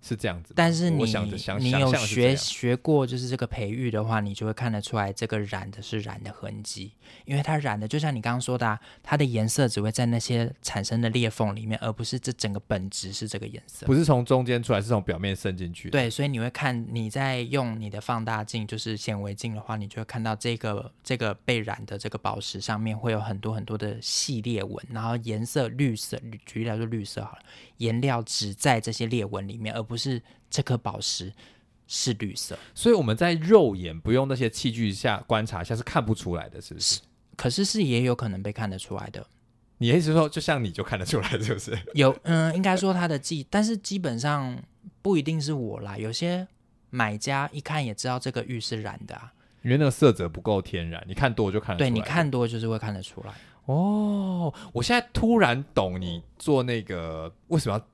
[SPEAKER 1] 是这样子吗。
[SPEAKER 2] 但是你
[SPEAKER 1] 我想着想
[SPEAKER 2] 你
[SPEAKER 1] 想
[SPEAKER 2] 有
[SPEAKER 1] 象是这
[SPEAKER 2] 学
[SPEAKER 1] 样
[SPEAKER 2] 学过就是这个培育的话，你就会看得出来这个染的是染的痕迹，因为它染的就像你刚刚说的、啊，它的颜色只会在那些产生的裂缝里面，而不是这整个本质是这个颜色。
[SPEAKER 1] 不是从中间出来，是从表面渗进去。，
[SPEAKER 2] 对，所以你会看你在用你的放大镜，就是显微镜的话，你就会看到这个这个被染的这个宝石上面会有很多很多的细裂纹，然后颜色绿色，举例来说绿色好了，颜料只在这些裂纹里面，而不是这颗宝石是绿色。
[SPEAKER 1] 所以我们在肉眼不用那些器具下观察一下是看不出来的，是不是？
[SPEAKER 2] 可是是也有可能被看得出来的，
[SPEAKER 1] 你的意思是说，就像你就看得出来，是 不是？
[SPEAKER 2] 有嗯，应该说它的技，但是基本上不一定是我啦，有些买家一看也知道这个玉是染的啊，
[SPEAKER 1] 因为那个色泽不够天然，你看多就看得出
[SPEAKER 2] 对
[SPEAKER 1] 来。
[SPEAKER 2] 你看多就是会看得出来。
[SPEAKER 1] 哦，我现在突然懂你做那个为什么要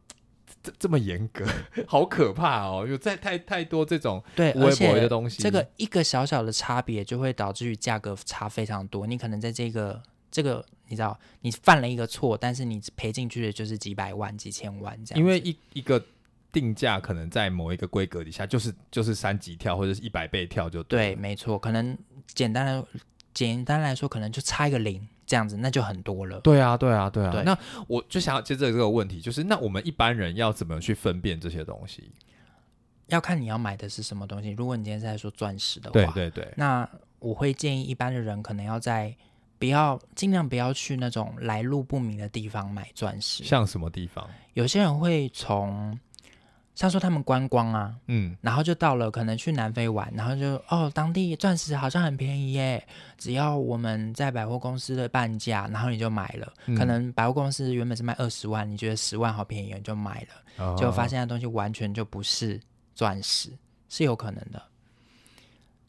[SPEAKER 1] 这这么严格， 好可怕哦！有在太太多这种
[SPEAKER 2] 对，
[SPEAKER 1] 微
[SPEAKER 2] 而
[SPEAKER 1] 博
[SPEAKER 2] 且
[SPEAKER 1] 的东西，
[SPEAKER 2] 这个一个小小的差别就会导致于价格差非常多。你可能在这个这个，你知道，你犯了一个错，但是你赔进去的就是几百万、几千万这样子。
[SPEAKER 1] 因为一一个定价可能在某一个规格底下，就是就是三级跳或者是一百倍跳就
[SPEAKER 2] 对，
[SPEAKER 1] 了
[SPEAKER 2] 没错，可能简单的简单来说，可能就差一个零这样子，那就很多了。
[SPEAKER 1] 对啊，对啊，对啊。
[SPEAKER 2] 对
[SPEAKER 1] 那我就想要接着这个问题，就是那我们一般人要怎么去分辨这些东西？
[SPEAKER 2] 要看你要买的是什么东西。如果你今天是在说钻石的话，
[SPEAKER 1] 对对对，
[SPEAKER 2] 那我会建议一般的人可能要在不要尽量不要去那种来路不明的地方买钻石。
[SPEAKER 1] 像什么地方？
[SPEAKER 2] 有些人会从，像说他们观光啊，
[SPEAKER 1] 嗯，
[SPEAKER 2] 然后就到了可能去南非玩，然后就哦，当地钻石好像很便宜耶，只要我们在百货公司的半价，然后你就买了。
[SPEAKER 1] 嗯
[SPEAKER 2] 可能百货公司原本是卖二十万，你觉得十万好便宜，你就买了，
[SPEAKER 1] 哦
[SPEAKER 2] 结果发现那东西完全就不是钻石，是有可能的。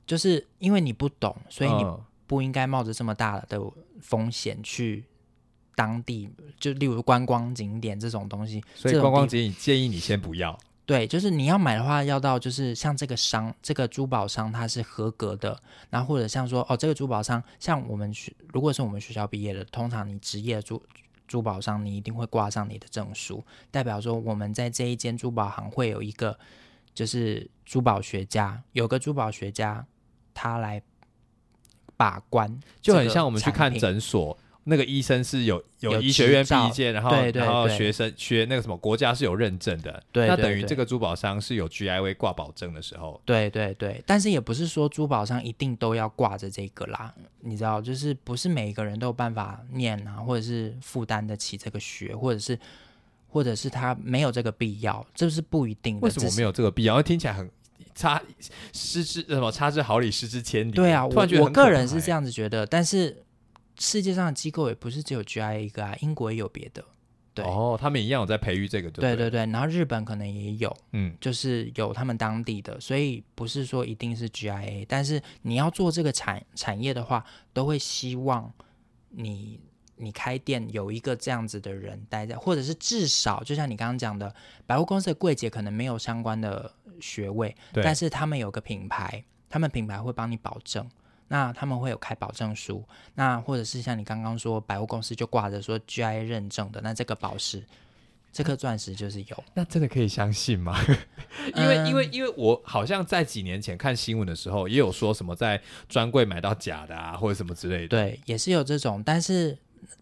[SPEAKER 2] 就是因为你不懂，所以你
[SPEAKER 1] 嗯
[SPEAKER 2] 不应该冒着这么大的风险去当地，就例如观光景点这种东西。
[SPEAKER 1] 所以
[SPEAKER 2] 这种
[SPEAKER 1] 观光
[SPEAKER 2] 地
[SPEAKER 1] 节你建议你先不要。
[SPEAKER 2] 对，就是你要买的话，要到就是像这个商，这个珠宝商它是合格的，然后或者像说哦，这个珠宝商，像我们学，如果是我们学校毕业的，通常你职业珠珠宝商，你一定会挂上你的证书，代表说我们在这一间珠宝行会有一个就是珠宝学家，有个珠宝学家他来把关，
[SPEAKER 1] 就很像我们去看。诊所，那个医生是有有
[SPEAKER 2] 有
[SPEAKER 1] 医学院
[SPEAKER 2] 执照
[SPEAKER 1] 毕业，然后
[SPEAKER 2] 对对
[SPEAKER 1] 然后
[SPEAKER 2] 对
[SPEAKER 1] 学生学那个什么国家是有认证的，
[SPEAKER 2] 对
[SPEAKER 1] 那
[SPEAKER 2] 对
[SPEAKER 1] 等于
[SPEAKER 2] 对
[SPEAKER 1] 这个珠宝商是有 GIV 挂保证的时候，
[SPEAKER 2] 对对对，但是也不是说珠宝上一定都要挂着这个啦，你知道，就是不是每一个人都有办法念啊，或者是负担得起这个学，或者是或者是他没有这个必要，这是不一定的。
[SPEAKER 1] 为什么
[SPEAKER 2] 只是
[SPEAKER 1] 没有这个必要？因为听起来很差失之什么差之毫厘失之千里，
[SPEAKER 2] 对啊，
[SPEAKER 1] 突然
[SPEAKER 2] 我
[SPEAKER 1] 觉得
[SPEAKER 2] 我
[SPEAKER 1] 很可
[SPEAKER 2] 个人
[SPEAKER 1] 怕
[SPEAKER 2] 是
[SPEAKER 1] 欸
[SPEAKER 2] 这。样子觉得，但是世界上的机构也不是只有 GIA 一个啊，英国也有别的，对、
[SPEAKER 1] 哦，他们一样有在培育这个就
[SPEAKER 2] 对
[SPEAKER 1] 对
[SPEAKER 2] 对
[SPEAKER 1] 了，
[SPEAKER 2] 对，然后日本可能也有，
[SPEAKER 1] 嗯，
[SPEAKER 2] 就是有他们当地的，所以不是说一定是 GIA，但是你要做这个产产业的话，都会希望你你开店有一个这样子的人待在，或者是至少就像你刚刚讲的，百货公司的柜姐可能没有相关的学位，
[SPEAKER 1] 对，
[SPEAKER 2] 但是他们有个品牌，他们品牌会帮你保证。那他们会有开保证书，那或者是像你刚刚说，百货公司就挂着说 GI 认证的，那这个宝石，这颗钻石就是有。
[SPEAKER 1] 那真的可以相信 吗？因
[SPEAKER 2] 嗯
[SPEAKER 1] 为、因为因为我好像在几年前看新闻的时候，也有说什么在专柜买到假的啊，或者什么之类的。
[SPEAKER 2] 对，也是有这种，但是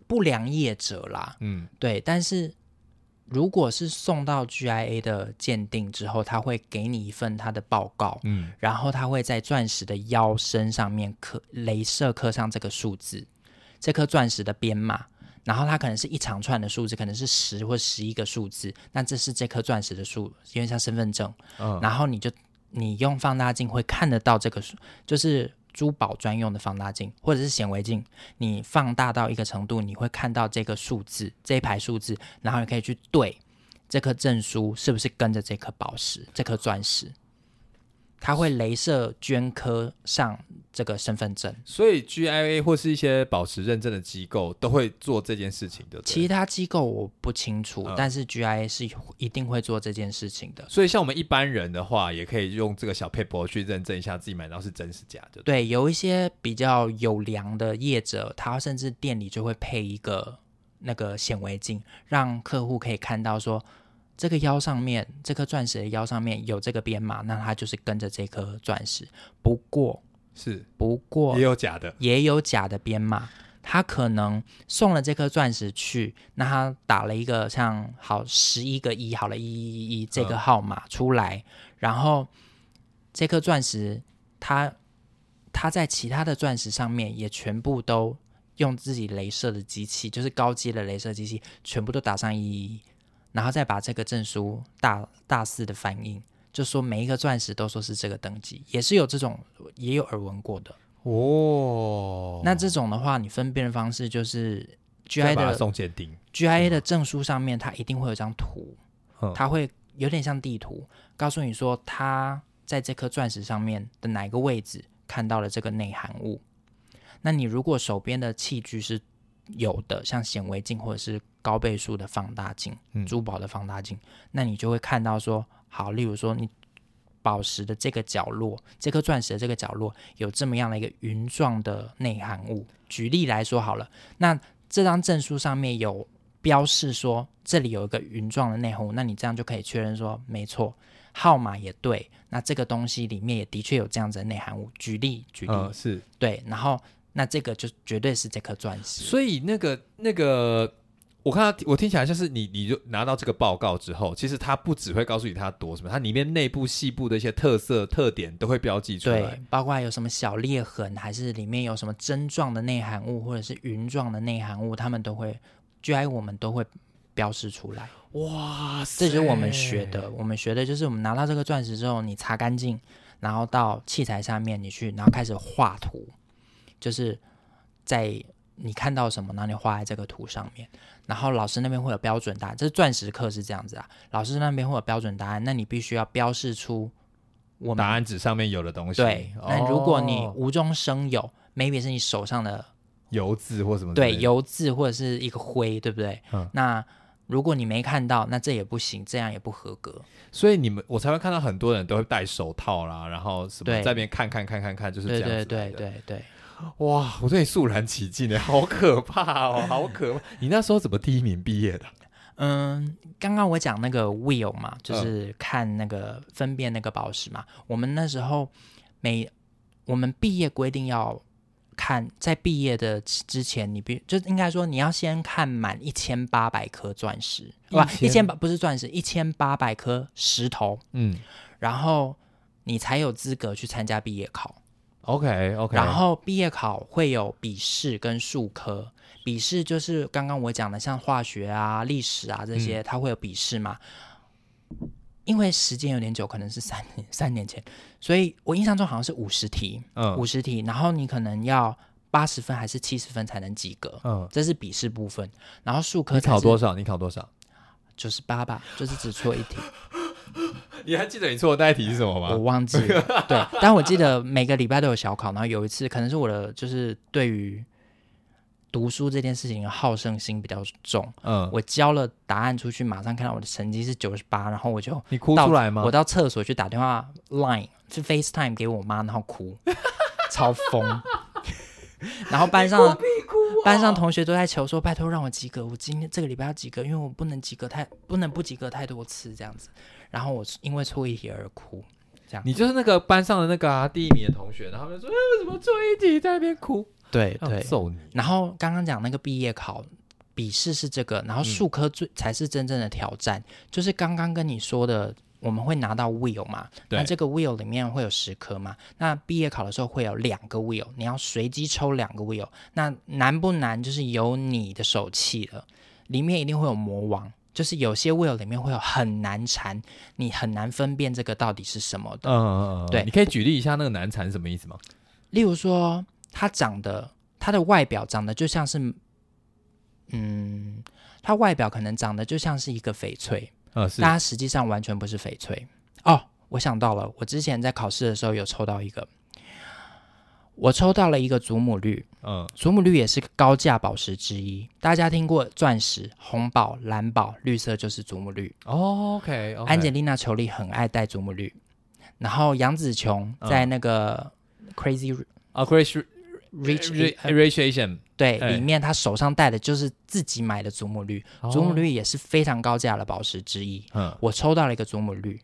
[SPEAKER 2] 不良业者啦，
[SPEAKER 1] 嗯，
[SPEAKER 2] 对，但是如果是送到 GIA 的鉴定之后，他会给你一份他的报告，
[SPEAKER 1] 嗯，
[SPEAKER 2] 然后他会在钻石的腰身上面刻镭射刻上这个数字，这颗钻石的编码。然后它可能是一长串的数字，可能是十或十一个数字，那这是这颗钻石的数，因为像身份证。
[SPEAKER 1] 嗯
[SPEAKER 2] 然后你就你用放大镜会看得到这个数，就是珠宝专用的放大镜或者是显微镜，你放大到一个程度，你会看到这个数字这一排数字，然后你可以去对这颗证书是不是跟着这颗宝石、这颗钻石。它会镭射镌刻上这个身份证，
[SPEAKER 1] 所以 GIA 或是一些保持认证的机构都会做这件事情的。
[SPEAKER 2] 其他机构我不清楚，
[SPEAKER 1] 嗯
[SPEAKER 2] 但是 GIA 是一定会做这件事情的。
[SPEAKER 1] 所以像我们一般人的话，也可以用这个小 paper 去认证一下自己买到是真是假的。
[SPEAKER 2] 对，有一些比较有良的业者，他甚至店里就会配一个那个显微镜，让客户可以看到说这个腰上面这颗钻石的腰上面有这个编码，那它就是跟着这颗钻石。不过，
[SPEAKER 1] 是
[SPEAKER 2] 不过
[SPEAKER 1] 也有假的。
[SPEAKER 2] 也有假的编码。他可能送了这颗钻石去，那他打了一个像好十一个一，好了，一一一这个
[SPEAKER 1] 嗯
[SPEAKER 2] 号码出来，然后这颗钻石，它它在其他的钻石上面也全部都用自己镭射的机器，就是高阶的镭射机器，全部都打上一一一，然后再把这个证书大大肆的反映，就说每一个钻石都说是这个等级，也是有这种也有耳闻过的。
[SPEAKER 1] 哦
[SPEAKER 2] 那这种的话，你分辨的方式就是
[SPEAKER 1] 再
[SPEAKER 2] GI
[SPEAKER 1] 把它
[SPEAKER 2] 的
[SPEAKER 1] 送鉴定，
[SPEAKER 2] GIA 的证书上面，它一定会有张图，
[SPEAKER 1] 嗯
[SPEAKER 2] 它会有点像地图，告诉你说它在这颗钻石上面的哪一个位置看到了这个内含物。那你如果手边的器具是有的，像显微镜或者是高倍数的放大镜
[SPEAKER 1] 嗯、
[SPEAKER 2] 珠宝的放大镜，那你就会看到说，好，例如说你宝石的这个角落，这颗钻石的这个角落有这么样的一个云状的内含物。举例来说好了，那这张证书上面有标示说这里有一个云状的内含物，那你这样就可以确认说，没错，号码也对，那这个东西里面也的确有这样子的内含物。举例，举例，
[SPEAKER 1] 嗯，是。
[SPEAKER 2] 对，然后那这个就绝对是这颗钻石，
[SPEAKER 1] 所以那个那个，我看他我听起来像是你，你就拿到这个报告之后，其实他不只会告诉你他多什么，它里面内部细部的一些特色特点都会标记出来
[SPEAKER 2] 对。，包括有什么小裂痕，还是里面有什么针状的内含物，或者是云状的内含物，他们都会，GI 我们都会标示出来。
[SPEAKER 1] 哇塞，
[SPEAKER 2] 这就是我们学的，我们学的就是我们拿到这个钻石之后，你擦干净，然后到器材下面你去，然后开始画图，就是在你看到什么，然后你画在这个图上面。然后老师那边会有标准答案，这是钻石课是这样子啊，老师那边会有标准答案，那你必须要标示出我们
[SPEAKER 1] 答案纸上面有的东西。
[SPEAKER 2] 对。那如果你
[SPEAKER 1] 哦
[SPEAKER 2] 无中生有、m a y b e 是你手上的
[SPEAKER 1] 油渍或什么之类
[SPEAKER 2] 对
[SPEAKER 1] 的，
[SPEAKER 2] 油渍或者是一个灰，对不对？
[SPEAKER 1] 嗯
[SPEAKER 2] 那如果你没看到，那这也不行，这样也不合格。
[SPEAKER 1] 所以你们我才会看到很多人都会戴手套啦，然后什么
[SPEAKER 2] 对
[SPEAKER 1] 在那边看看看看看，就是这
[SPEAKER 2] 对
[SPEAKER 1] 样子来
[SPEAKER 2] 对
[SPEAKER 1] 的。
[SPEAKER 2] 对对对，
[SPEAKER 1] 哇，我对你肃然起敬哎，好可怕哦，好可怕！ 你那时候怎么第一名毕业的？
[SPEAKER 2] 嗯，刚刚我讲那个 will 嘛，就是看那个分辨那个宝石嘛。我们那时候每我们毕业规定要看，在毕业的之前，你必就应该说你要先看满一千八百颗钻石，不，一千
[SPEAKER 1] 1000
[SPEAKER 2] 八不是钻石，一千八百颗石头，
[SPEAKER 1] 嗯
[SPEAKER 2] 然后你才有资格去参加毕业考。
[SPEAKER 1] ，OK OK，
[SPEAKER 2] 然后毕业考会有笔试跟数科，笔试就是刚刚我讲的，像化学啊、历史啊这
[SPEAKER 1] 嗯
[SPEAKER 2] 些，它会有笔试嘛。因为时间有点久，可能是三年三年前，所以我印象中好像是五十题，
[SPEAKER 1] 嗯
[SPEAKER 2] 五十题，然后你可能要八十分还是七十分才能及格，
[SPEAKER 1] 嗯，
[SPEAKER 2] 这是笔试部分。然后数科
[SPEAKER 1] 你考多少？你考多少？
[SPEAKER 2] 九十八吧，就是只错一题。
[SPEAKER 1] 你还记得你错的那一题是什么
[SPEAKER 2] 我
[SPEAKER 1] 吗？
[SPEAKER 2] 忘记了，对，但我记得每个礼拜都有小考，然后有一次可能是我的就是对于读书这件事情好胜心比较重，
[SPEAKER 1] 嗯，
[SPEAKER 2] 我交了答案出去，马上看到我的成绩是九十八，然后我就
[SPEAKER 1] 你哭
[SPEAKER 2] 到
[SPEAKER 1] 出来吗
[SPEAKER 2] 我？到厕所去打电话 Line 去 FaceTime 给我妈，然后哭，超 疯。然后班上
[SPEAKER 1] 啊
[SPEAKER 2] 班上同学都在求说，拜托让我及格，我今天这个礼拜要及格，因为我不能及格太不能不及格太多次这样子。然后我因为错一题而哭，
[SPEAKER 1] 你就是那个班上的那个啊第一名的同学，然后他们就说，哎，为什么做一题在那边哭？
[SPEAKER 2] 对
[SPEAKER 1] 他想揍你。
[SPEAKER 2] 然后刚刚讲那个毕业考笔试是这个，然后数科最、才是真正的挑战，就是刚刚跟你说的，我们会拿到 will 嘛，
[SPEAKER 1] 对
[SPEAKER 2] 那这个 will 里面会有十科嘛，那毕业考的时候会有两个 will，你要随机抽两个 will，那难不难就是由你的手气了，里面一定会有魔王。就是有些 will 里面会有很难缠，你很难分辨这个到底是什么的。
[SPEAKER 1] 嗯嗯嗯，
[SPEAKER 2] 对
[SPEAKER 1] 你可以举例一下那个难缠什么意思吗？
[SPEAKER 2] 例如说，他长得他的外表长得就像是，嗯，他外表可能长得就像是一个翡翠，
[SPEAKER 1] 呃，是
[SPEAKER 2] 但他实际上完全不是翡翠。哦，我想到了，我之前在考试的时候有抽到一个，我抽到了一个祖母绿，
[SPEAKER 1] 嗯
[SPEAKER 2] 祖母绿也是高价宝石之一。大家听过钻石、红宝、蓝宝，绿色就是祖母绿。
[SPEAKER 1] 哦，OK，
[SPEAKER 2] 安吉丽娜·裘丽很爱戴祖母绿，然后杨紫琼
[SPEAKER 1] 嗯
[SPEAKER 2] 在那个 Crazy
[SPEAKER 1] 啊，Rich
[SPEAKER 2] Rich
[SPEAKER 1] Rich Asian，
[SPEAKER 2] 对，
[SPEAKER 1] 哎
[SPEAKER 2] 里面他手上戴的就是自己买的祖母绿，祖母
[SPEAKER 1] 哦，
[SPEAKER 2] 绿也是非常高价的宝石之一。
[SPEAKER 1] 嗯，
[SPEAKER 2] 我抽到了一个祖母绿，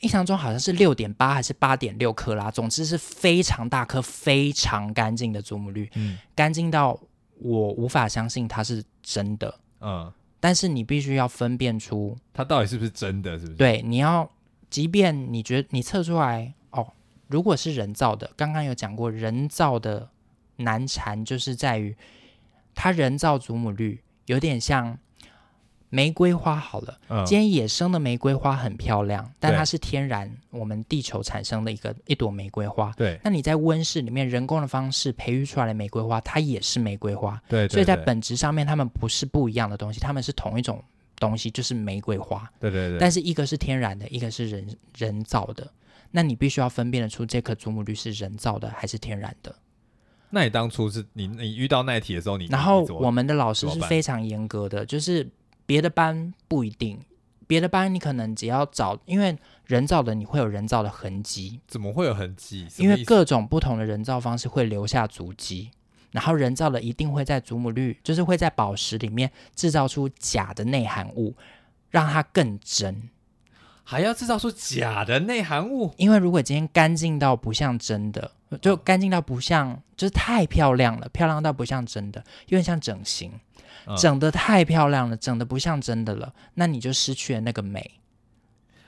[SPEAKER 2] 印象中好像是六点八还是八点六克拉，总之是非常大颗、非常干净的祖母绿，
[SPEAKER 1] 嗯
[SPEAKER 2] 干净到我无法相信它是真的。
[SPEAKER 1] 嗯，
[SPEAKER 2] 但是你必须要分辨出，
[SPEAKER 1] 他到底是不是真的？是不是？
[SPEAKER 2] 对，你要，即便你觉得你测出来哦，如果是人造的，刚刚有讲过，人造的难缠就是在于它人造祖母绿有点像玫瑰花好了。
[SPEAKER 1] 嗯，
[SPEAKER 2] 今天野生的玫瑰花很漂亮，但
[SPEAKER 1] 对
[SPEAKER 2] 它是天然我们地球产生的一个一朵玫瑰花。
[SPEAKER 1] 对
[SPEAKER 2] 那你在温室里面人工的方式培育出来的玫瑰花，它也是玫瑰花，
[SPEAKER 1] 对，
[SPEAKER 2] 所以在
[SPEAKER 1] 对
[SPEAKER 2] 本质上面它们不是不一样的东西，它们是同一种东西，就是玫瑰花。
[SPEAKER 1] 对对对，
[SPEAKER 2] 但是一个是天然的，一个是人人造的。那你必须要分辨得出这棵祖母绿是人造的还是天然的。
[SPEAKER 1] 那你当初是你你遇到那一题的时候，你
[SPEAKER 2] 然后
[SPEAKER 1] 你怎么
[SPEAKER 2] 我们的老师
[SPEAKER 1] 怎么
[SPEAKER 2] 是
[SPEAKER 1] 办
[SPEAKER 2] 非常严格的，就是别的班不一定，别的班你可能只要找，因为人造的你会有人造的痕迹，
[SPEAKER 1] 怎么会有痕迹？什
[SPEAKER 2] 因
[SPEAKER 1] 么
[SPEAKER 2] 为
[SPEAKER 1] 意思
[SPEAKER 2] 各种不同的人造方式会留下足迹。然后人造的一定会在祖母绿，就是会在宝石里面制造出假的内含物，让它更真。
[SPEAKER 1] 还要制造出假的内含物，
[SPEAKER 2] 因为如果今天干净到不像真的，就
[SPEAKER 1] 嗯
[SPEAKER 2] 干净到不像，就是太漂亮了，漂亮到不像真的，有点像整形
[SPEAKER 1] 嗯，
[SPEAKER 2] 整的太漂亮了，整的不像真的了，那你就失去了那个美，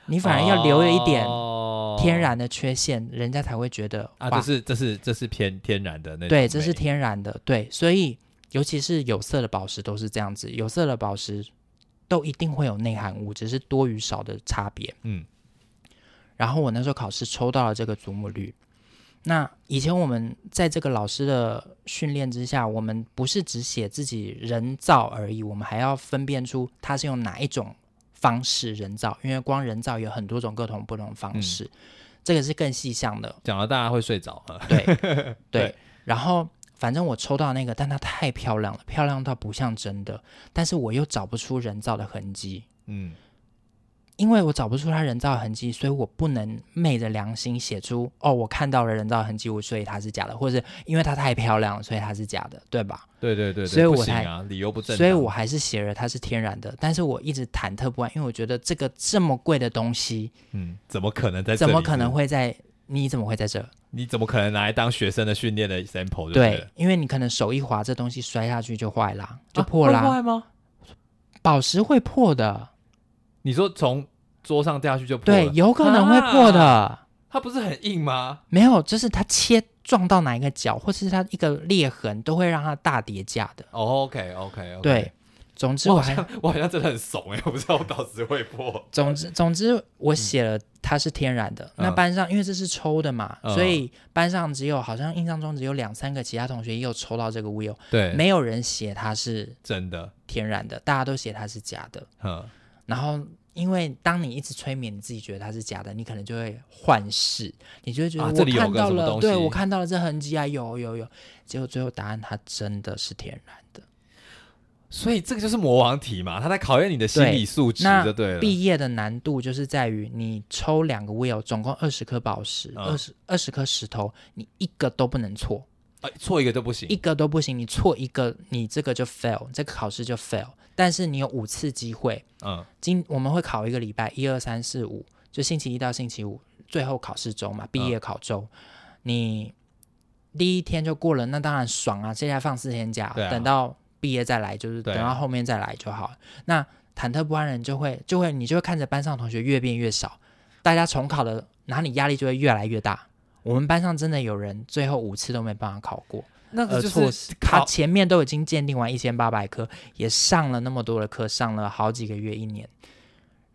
[SPEAKER 2] 你反而要留有一点
[SPEAKER 1] 哦
[SPEAKER 2] 天然的缺陷，人家才会觉得
[SPEAKER 1] 啊，
[SPEAKER 2] 哇
[SPEAKER 1] 这，是这是这是偏天然的那种
[SPEAKER 2] 对，这是
[SPEAKER 1] 美
[SPEAKER 2] 天然的，对，所以尤其是有色的宝石都是这样子，有色的宝石都一定会有内含物，只是多与少的差别。
[SPEAKER 1] 嗯
[SPEAKER 2] 然后我那时候考试抽到了这个祖母绿。那以前我们在这个老师的训练之下，我们不是只写自己人造而已，我们还要分辨出它是用哪一种方式人造，因为光人造有很多种各种不同的
[SPEAKER 1] 嗯
[SPEAKER 2] 方式，这个是更细项的。
[SPEAKER 1] 讲到大家会睡着了，
[SPEAKER 2] 对
[SPEAKER 1] 对
[SPEAKER 2] 对，然后反正我抽到那个，但它太漂亮了，漂亮到不像真的，但是我又找不出人造的痕迹，
[SPEAKER 1] 嗯
[SPEAKER 2] 因为我找不出他人造痕迹，所以我不能昧着良心写出哦，我看到了人造痕迹，我所以它是假的，或者是因为它太漂亮了，所以它是假的，对吧？
[SPEAKER 1] 对对对对，
[SPEAKER 2] 所以我
[SPEAKER 1] 不行
[SPEAKER 2] 才
[SPEAKER 1] 啊，理由不正当，
[SPEAKER 2] 所以我还是写了它是天然的，但是我一直忐忑不安，因为我觉得这个这么贵的东西，
[SPEAKER 1] 嗯，怎么可能在这
[SPEAKER 2] 怎么
[SPEAKER 1] 里
[SPEAKER 2] 可能
[SPEAKER 1] 是？
[SPEAKER 2] 会在？你怎么会在这？
[SPEAKER 1] 你怎么可能拿来当学生的训练的 sample？就对了，
[SPEAKER 2] 因为你可能手一滑，这东西摔下去就坏啦，就
[SPEAKER 1] 啊
[SPEAKER 2] 破啦。
[SPEAKER 1] 会坏吗？
[SPEAKER 2] 宝石会破的，
[SPEAKER 1] 你说从桌上掉下去就破
[SPEAKER 2] 对，
[SPEAKER 1] 了，啊
[SPEAKER 2] 有可能会破的。
[SPEAKER 1] 它不是很硬吗？
[SPEAKER 2] 没有，就是它切撞到哪一个角，或者是它一个裂痕，都会让它大叠加的。
[SPEAKER 1] 哦，OK，OK，OK、o k OK OK，
[SPEAKER 2] 对，，总之
[SPEAKER 1] 我
[SPEAKER 2] 我
[SPEAKER 1] 好
[SPEAKER 2] 还，
[SPEAKER 1] 像我好像真的很怂哎、我不知道我当时会破。
[SPEAKER 2] 总之总之我写了它是天然的。那
[SPEAKER 1] 嗯
[SPEAKER 2] 班上因为这是抽的嘛，
[SPEAKER 1] 嗯
[SPEAKER 2] 所以班上只有好像印象中只有两三个其他同学也有抽到这个 will，
[SPEAKER 1] 对，
[SPEAKER 2] 没有人写它是
[SPEAKER 1] 真的，
[SPEAKER 2] 天然的，大家都写它是假的。
[SPEAKER 1] 嗯
[SPEAKER 2] 然后因为当你一直催眠你自己，觉得它是假的，你可能就会幻视，你就会觉得、
[SPEAKER 1] 啊这
[SPEAKER 2] 我
[SPEAKER 1] 里有
[SPEAKER 2] 看
[SPEAKER 1] 个
[SPEAKER 2] 到
[SPEAKER 1] 什么
[SPEAKER 2] 了，
[SPEAKER 1] 东
[SPEAKER 2] 对
[SPEAKER 1] 西
[SPEAKER 2] 我看到了这痕迹啊，有有有，结果最后答案它真的是天然的。
[SPEAKER 1] 所以这个就是魔王题嘛，他在考验你的心理素质
[SPEAKER 2] 那
[SPEAKER 1] 就对了。
[SPEAKER 2] 毕业的难度就是在于你抽两个 wheel，总共二十颗宝石，
[SPEAKER 1] 嗯
[SPEAKER 2] 二十二十颗石头，你一个都不能错，
[SPEAKER 1] 哎错一个都不行
[SPEAKER 2] 一个都不行，你错一个，你这个就 fail，这个考试就 fail。但是你有五次机会，
[SPEAKER 1] 嗯
[SPEAKER 2] 今我们会考一个礼拜，一二三四五，就星期一到星期五，最后考试
[SPEAKER 1] 嗯
[SPEAKER 2] 周嘛，毕业考周，你第一天就过了，那当然爽啊，接下来放四天假，
[SPEAKER 1] 对啊
[SPEAKER 2] 等到毕业再来，就是
[SPEAKER 1] 对
[SPEAKER 2] 等
[SPEAKER 1] 啊
[SPEAKER 2] 到后面再来就好了。那忐忑不安的人就会就会你就会看着班上同学越变越少，大家重考的，然后你压力就会越来越大。我们班上真的有人最后五次都没办法考过，
[SPEAKER 1] 那
[SPEAKER 2] 呃，
[SPEAKER 1] 个就
[SPEAKER 2] 错
[SPEAKER 1] 是
[SPEAKER 2] 失，
[SPEAKER 1] 考
[SPEAKER 2] 他前面都已经鉴定完一千八百科，也上了那么多的课，上了好几个月、一年，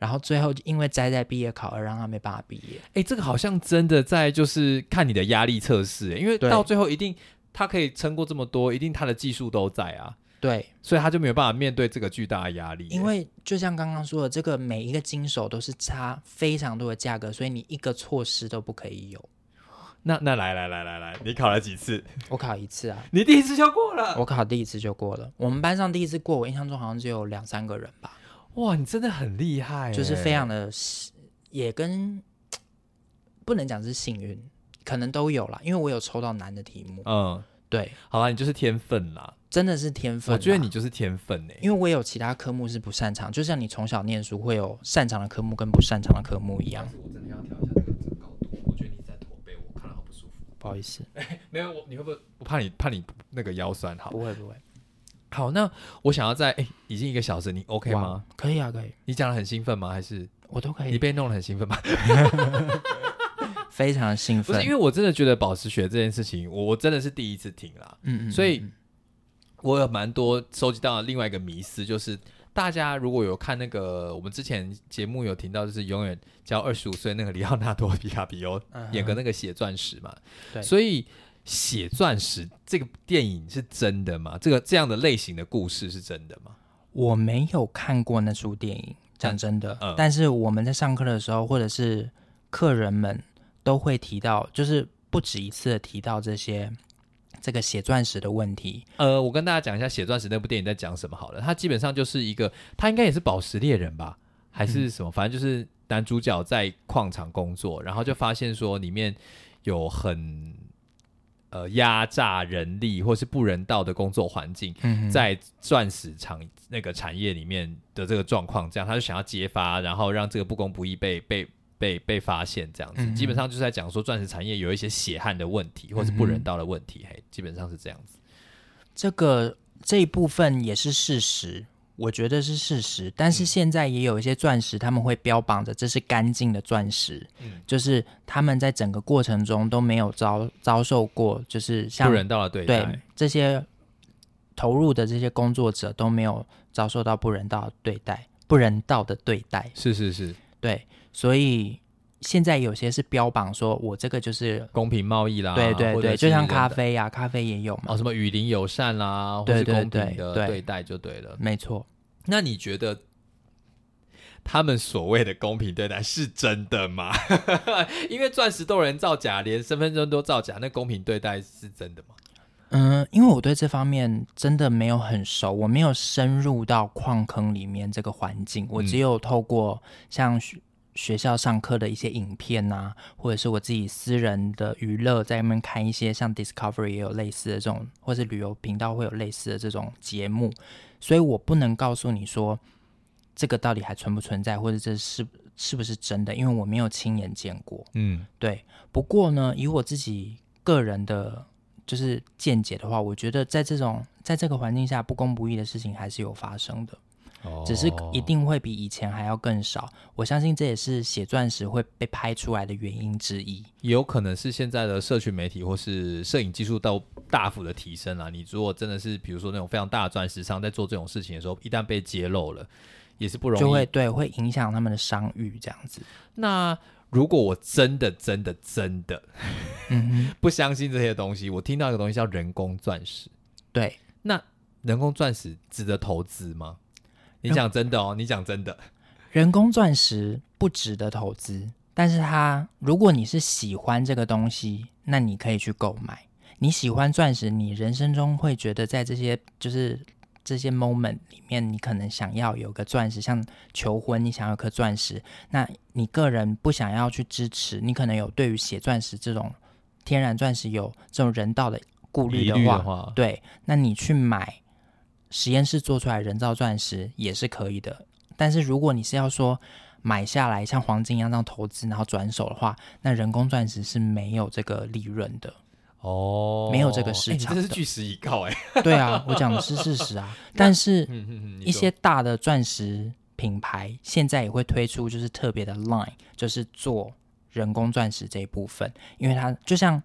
[SPEAKER 2] 然后最后因为栽在毕业考而让他没办法毕业。
[SPEAKER 1] 哎、这个好像真的在就是看你的压力测试、欸因为
[SPEAKER 2] 对
[SPEAKER 1] 到最后一定他可以撑过这么多，一定他的技术都在啊，
[SPEAKER 2] 对，
[SPEAKER 1] 所以他就没有办法面对这个巨大的压力欸、
[SPEAKER 2] 因为就像刚刚说的，这个每一个经手都是差非常多的价格，所以你一个措施都不可以有。
[SPEAKER 1] 那那来来来来来，你考了几次？
[SPEAKER 2] 我考一次啊，
[SPEAKER 1] 你第一次就过了，
[SPEAKER 2] 呃我考第一次就过了。我们班上第一次过，我印象中好像只有两三个人吧。
[SPEAKER 1] 哇，你真的很厉害欸、
[SPEAKER 2] 就是非常的幸，也跟不能讲是幸运，可能都有啦，因为我有抽到难的题目，
[SPEAKER 1] 嗯，
[SPEAKER 2] 对，
[SPEAKER 1] 好啦，你就是天分啦，
[SPEAKER 2] 真的是天分啦。啊
[SPEAKER 1] 我觉得你就是天分呢、
[SPEAKER 2] 因为我有其他科目是不擅长，就像你从小念书会有擅长的科目跟不擅长的科目一样。
[SPEAKER 1] 我真的要调一下这个高度，我觉得你在驼背，我看了好不舒服。
[SPEAKER 2] 不好 意思，
[SPEAKER 1] 没有，我你会不会？我怕你怕你那个腰酸。好
[SPEAKER 2] 不会不会
[SPEAKER 1] 好，那我想要在哎、已经一个小时，你 OK
[SPEAKER 2] 哇
[SPEAKER 1] 吗？
[SPEAKER 2] 可以啊，可以，
[SPEAKER 1] 你讲的很兴奋吗？还是
[SPEAKER 2] 我都可
[SPEAKER 1] 你
[SPEAKER 2] 以，
[SPEAKER 1] 被弄得很兴奋吗？
[SPEAKER 2] 非常兴
[SPEAKER 1] 不
[SPEAKER 2] 奋
[SPEAKER 1] 是，因。为我真的觉得保时学这件事情，我我真的是第一次听啦。
[SPEAKER 2] 嗯嗯，
[SPEAKER 1] 所以
[SPEAKER 2] 嗯嗯
[SPEAKER 1] 我有蛮多收集到的另外一个迷思，就是大家如果有看那个我们之前节目有听到，就是永远教二十五岁那个里奥纳多·皮卡皮欧
[SPEAKER 2] 嗯哼
[SPEAKER 1] 演个那个血钻石嘛，
[SPEAKER 2] 对
[SPEAKER 1] 所以。血钻石这个电影是真的吗？这个这样的类型的故事是真的吗？
[SPEAKER 2] 我没有看过那出电影，讲真的。
[SPEAKER 1] 嗯
[SPEAKER 2] 但是我们在上课的时候，或者是客人们都会提到，就是不止一次的提到这些这个血钻石的问题。
[SPEAKER 1] 呃，我跟大家讲一下《血钻石》那部电影在讲什么好了。它基本上就是一个，它应该也是宝石猎人吧，还是什么？反正就是男主角在矿场工作，然后就发现说里面有很呃压榨人力或是不人道的工作环境，
[SPEAKER 2] 嗯
[SPEAKER 1] 在钻石厂那个产业里面的这个状况，这样他就想要揭发，然后让这个不公不义被被被被发现，这样子。
[SPEAKER 2] 嗯哼
[SPEAKER 1] 基本上就是在讲说钻石产业有一些血汗的问题，或是不人道的问题，嘿，基本上是这样子。
[SPEAKER 2] 这个这一部分也是事实。我觉得是事实，但
[SPEAKER 1] 嗯
[SPEAKER 2] 是现在也有一些钻石，他们会标榜着这是干净的钻石，
[SPEAKER 1] 嗯
[SPEAKER 2] 就是他们在整个过程中都没有遭遭受过，就是像
[SPEAKER 1] 不人道的对待。
[SPEAKER 2] 对这些投入的这些工作者都没有遭受到不人道的对待，不人道的对待，
[SPEAKER 1] 是是是，
[SPEAKER 2] 对，所以现在有些是标榜说我这个就是，
[SPEAKER 1] 公平贸易啦，
[SPEAKER 2] 对对
[SPEAKER 1] 或者
[SPEAKER 2] 对，
[SPEAKER 1] 是
[SPEAKER 2] 就像
[SPEAKER 1] 人的
[SPEAKER 2] 咖啡呀、咖啡也有嘛，
[SPEAKER 1] 哦，什么雨林友善啦，或
[SPEAKER 2] 对
[SPEAKER 1] 是
[SPEAKER 2] 对
[SPEAKER 1] 公平
[SPEAKER 2] 对
[SPEAKER 1] 的
[SPEAKER 2] 对
[SPEAKER 1] 对待就对了。
[SPEAKER 2] 没错，
[SPEAKER 1] 那你觉得他们所谓的公平对待是真的吗？ 因为钻石都有人造假，连身份证都造假，那公平对待是真的吗？
[SPEAKER 2] 嗯，因为我对这方面真的没有很熟，我没有深入到矿坑里面这个环境，我只
[SPEAKER 1] 嗯
[SPEAKER 2] 有透过像学学校上课的一些影片啊，或者是我自己私人的娱乐，在那边看一些像 Discovery 也有类似的这种，或是旅游频道会有类似的这种节目，所以我不能告诉你说这个到底还存不存在，或者这是是不是真的，因为我没有亲眼见过。
[SPEAKER 1] 嗯
[SPEAKER 2] 对，不过呢，以我自己个人的就是见解的话，我觉得在这种在这个环境下，不公不义的事情还是有发生的，
[SPEAKER 1] 哦
[SPEAKER 2] 只是一定会比以前还要更少。我相信这也是血钻石会被拍出来的原因之一。
[SPEAKER 1] 也有可能是现在的社群媒体或是摄影技术都大幅的提升了。你如果真的是比如说那种非常大的钻石商在做这种事情的时候，一旦被揭露了，也是不容易
[SPEAKER 2] 就会对会影响他们的商誉这样子。
[SPEAKER 1] 那如果我真的真的真的
[SPEAKER 2] 嗯哼，
[SPEAKER 1] 不相信这些东西，我听到一个东西叫人工钻石，
[SPEAKER 2] 对，
[SPEAKER 1] 人工钻石值得投资吗？你
[SPEAKER 2] 人嗯
[SPEAKER 1] 讲真的哦，你讲真的，
[SPEAKER 2] 人工钻石不值得投资，但是它如果你是喜欢这个东西，那你可以去购买。你喜欢钻石，你人生中会觉得在这些就是这些 moment 里面，你可能想要有个钻石，像求婚，你想要颗钻石。那你个人不想要去支持，你可能有对于血钻石这种天然钻石有这种人道的顾虑
[SPEAKER 1] 疑
[SPEAKER 2] 的
[SPEAKER 1] 虑哦
[SPEAKER 2] 话，
[SPEAKER 1] 的话，
[SPEAKER 2] 对，那你去买实验室做出来人造钻石也是可以的。但是如果你是要说买下来像黄金一样这样投资，然后转手的话，那人工钻石是没有这个利润的。
[SPEAKER 1] 哦，
[SPEAKER 2] 没有这个市
[SPEAKER 1] 哎你
[SPEAKER 2] 场
[SPEAKER 1] 这是
[SPEAKER 2] 的
[SPEAKER 1] 据实以告 哎、
[SPEAKER 2] 对啊，我讲的是事实啊。但是
[SPEAKER 1] 嗯嗯嗯，你
[SPEAKER 2] 一
[SPEAKER 1] 说
[SPEAKER 2] 些大的钻石品牌现在也会推出就是特别的 line，就是做人工钻石这一部分，因为它就像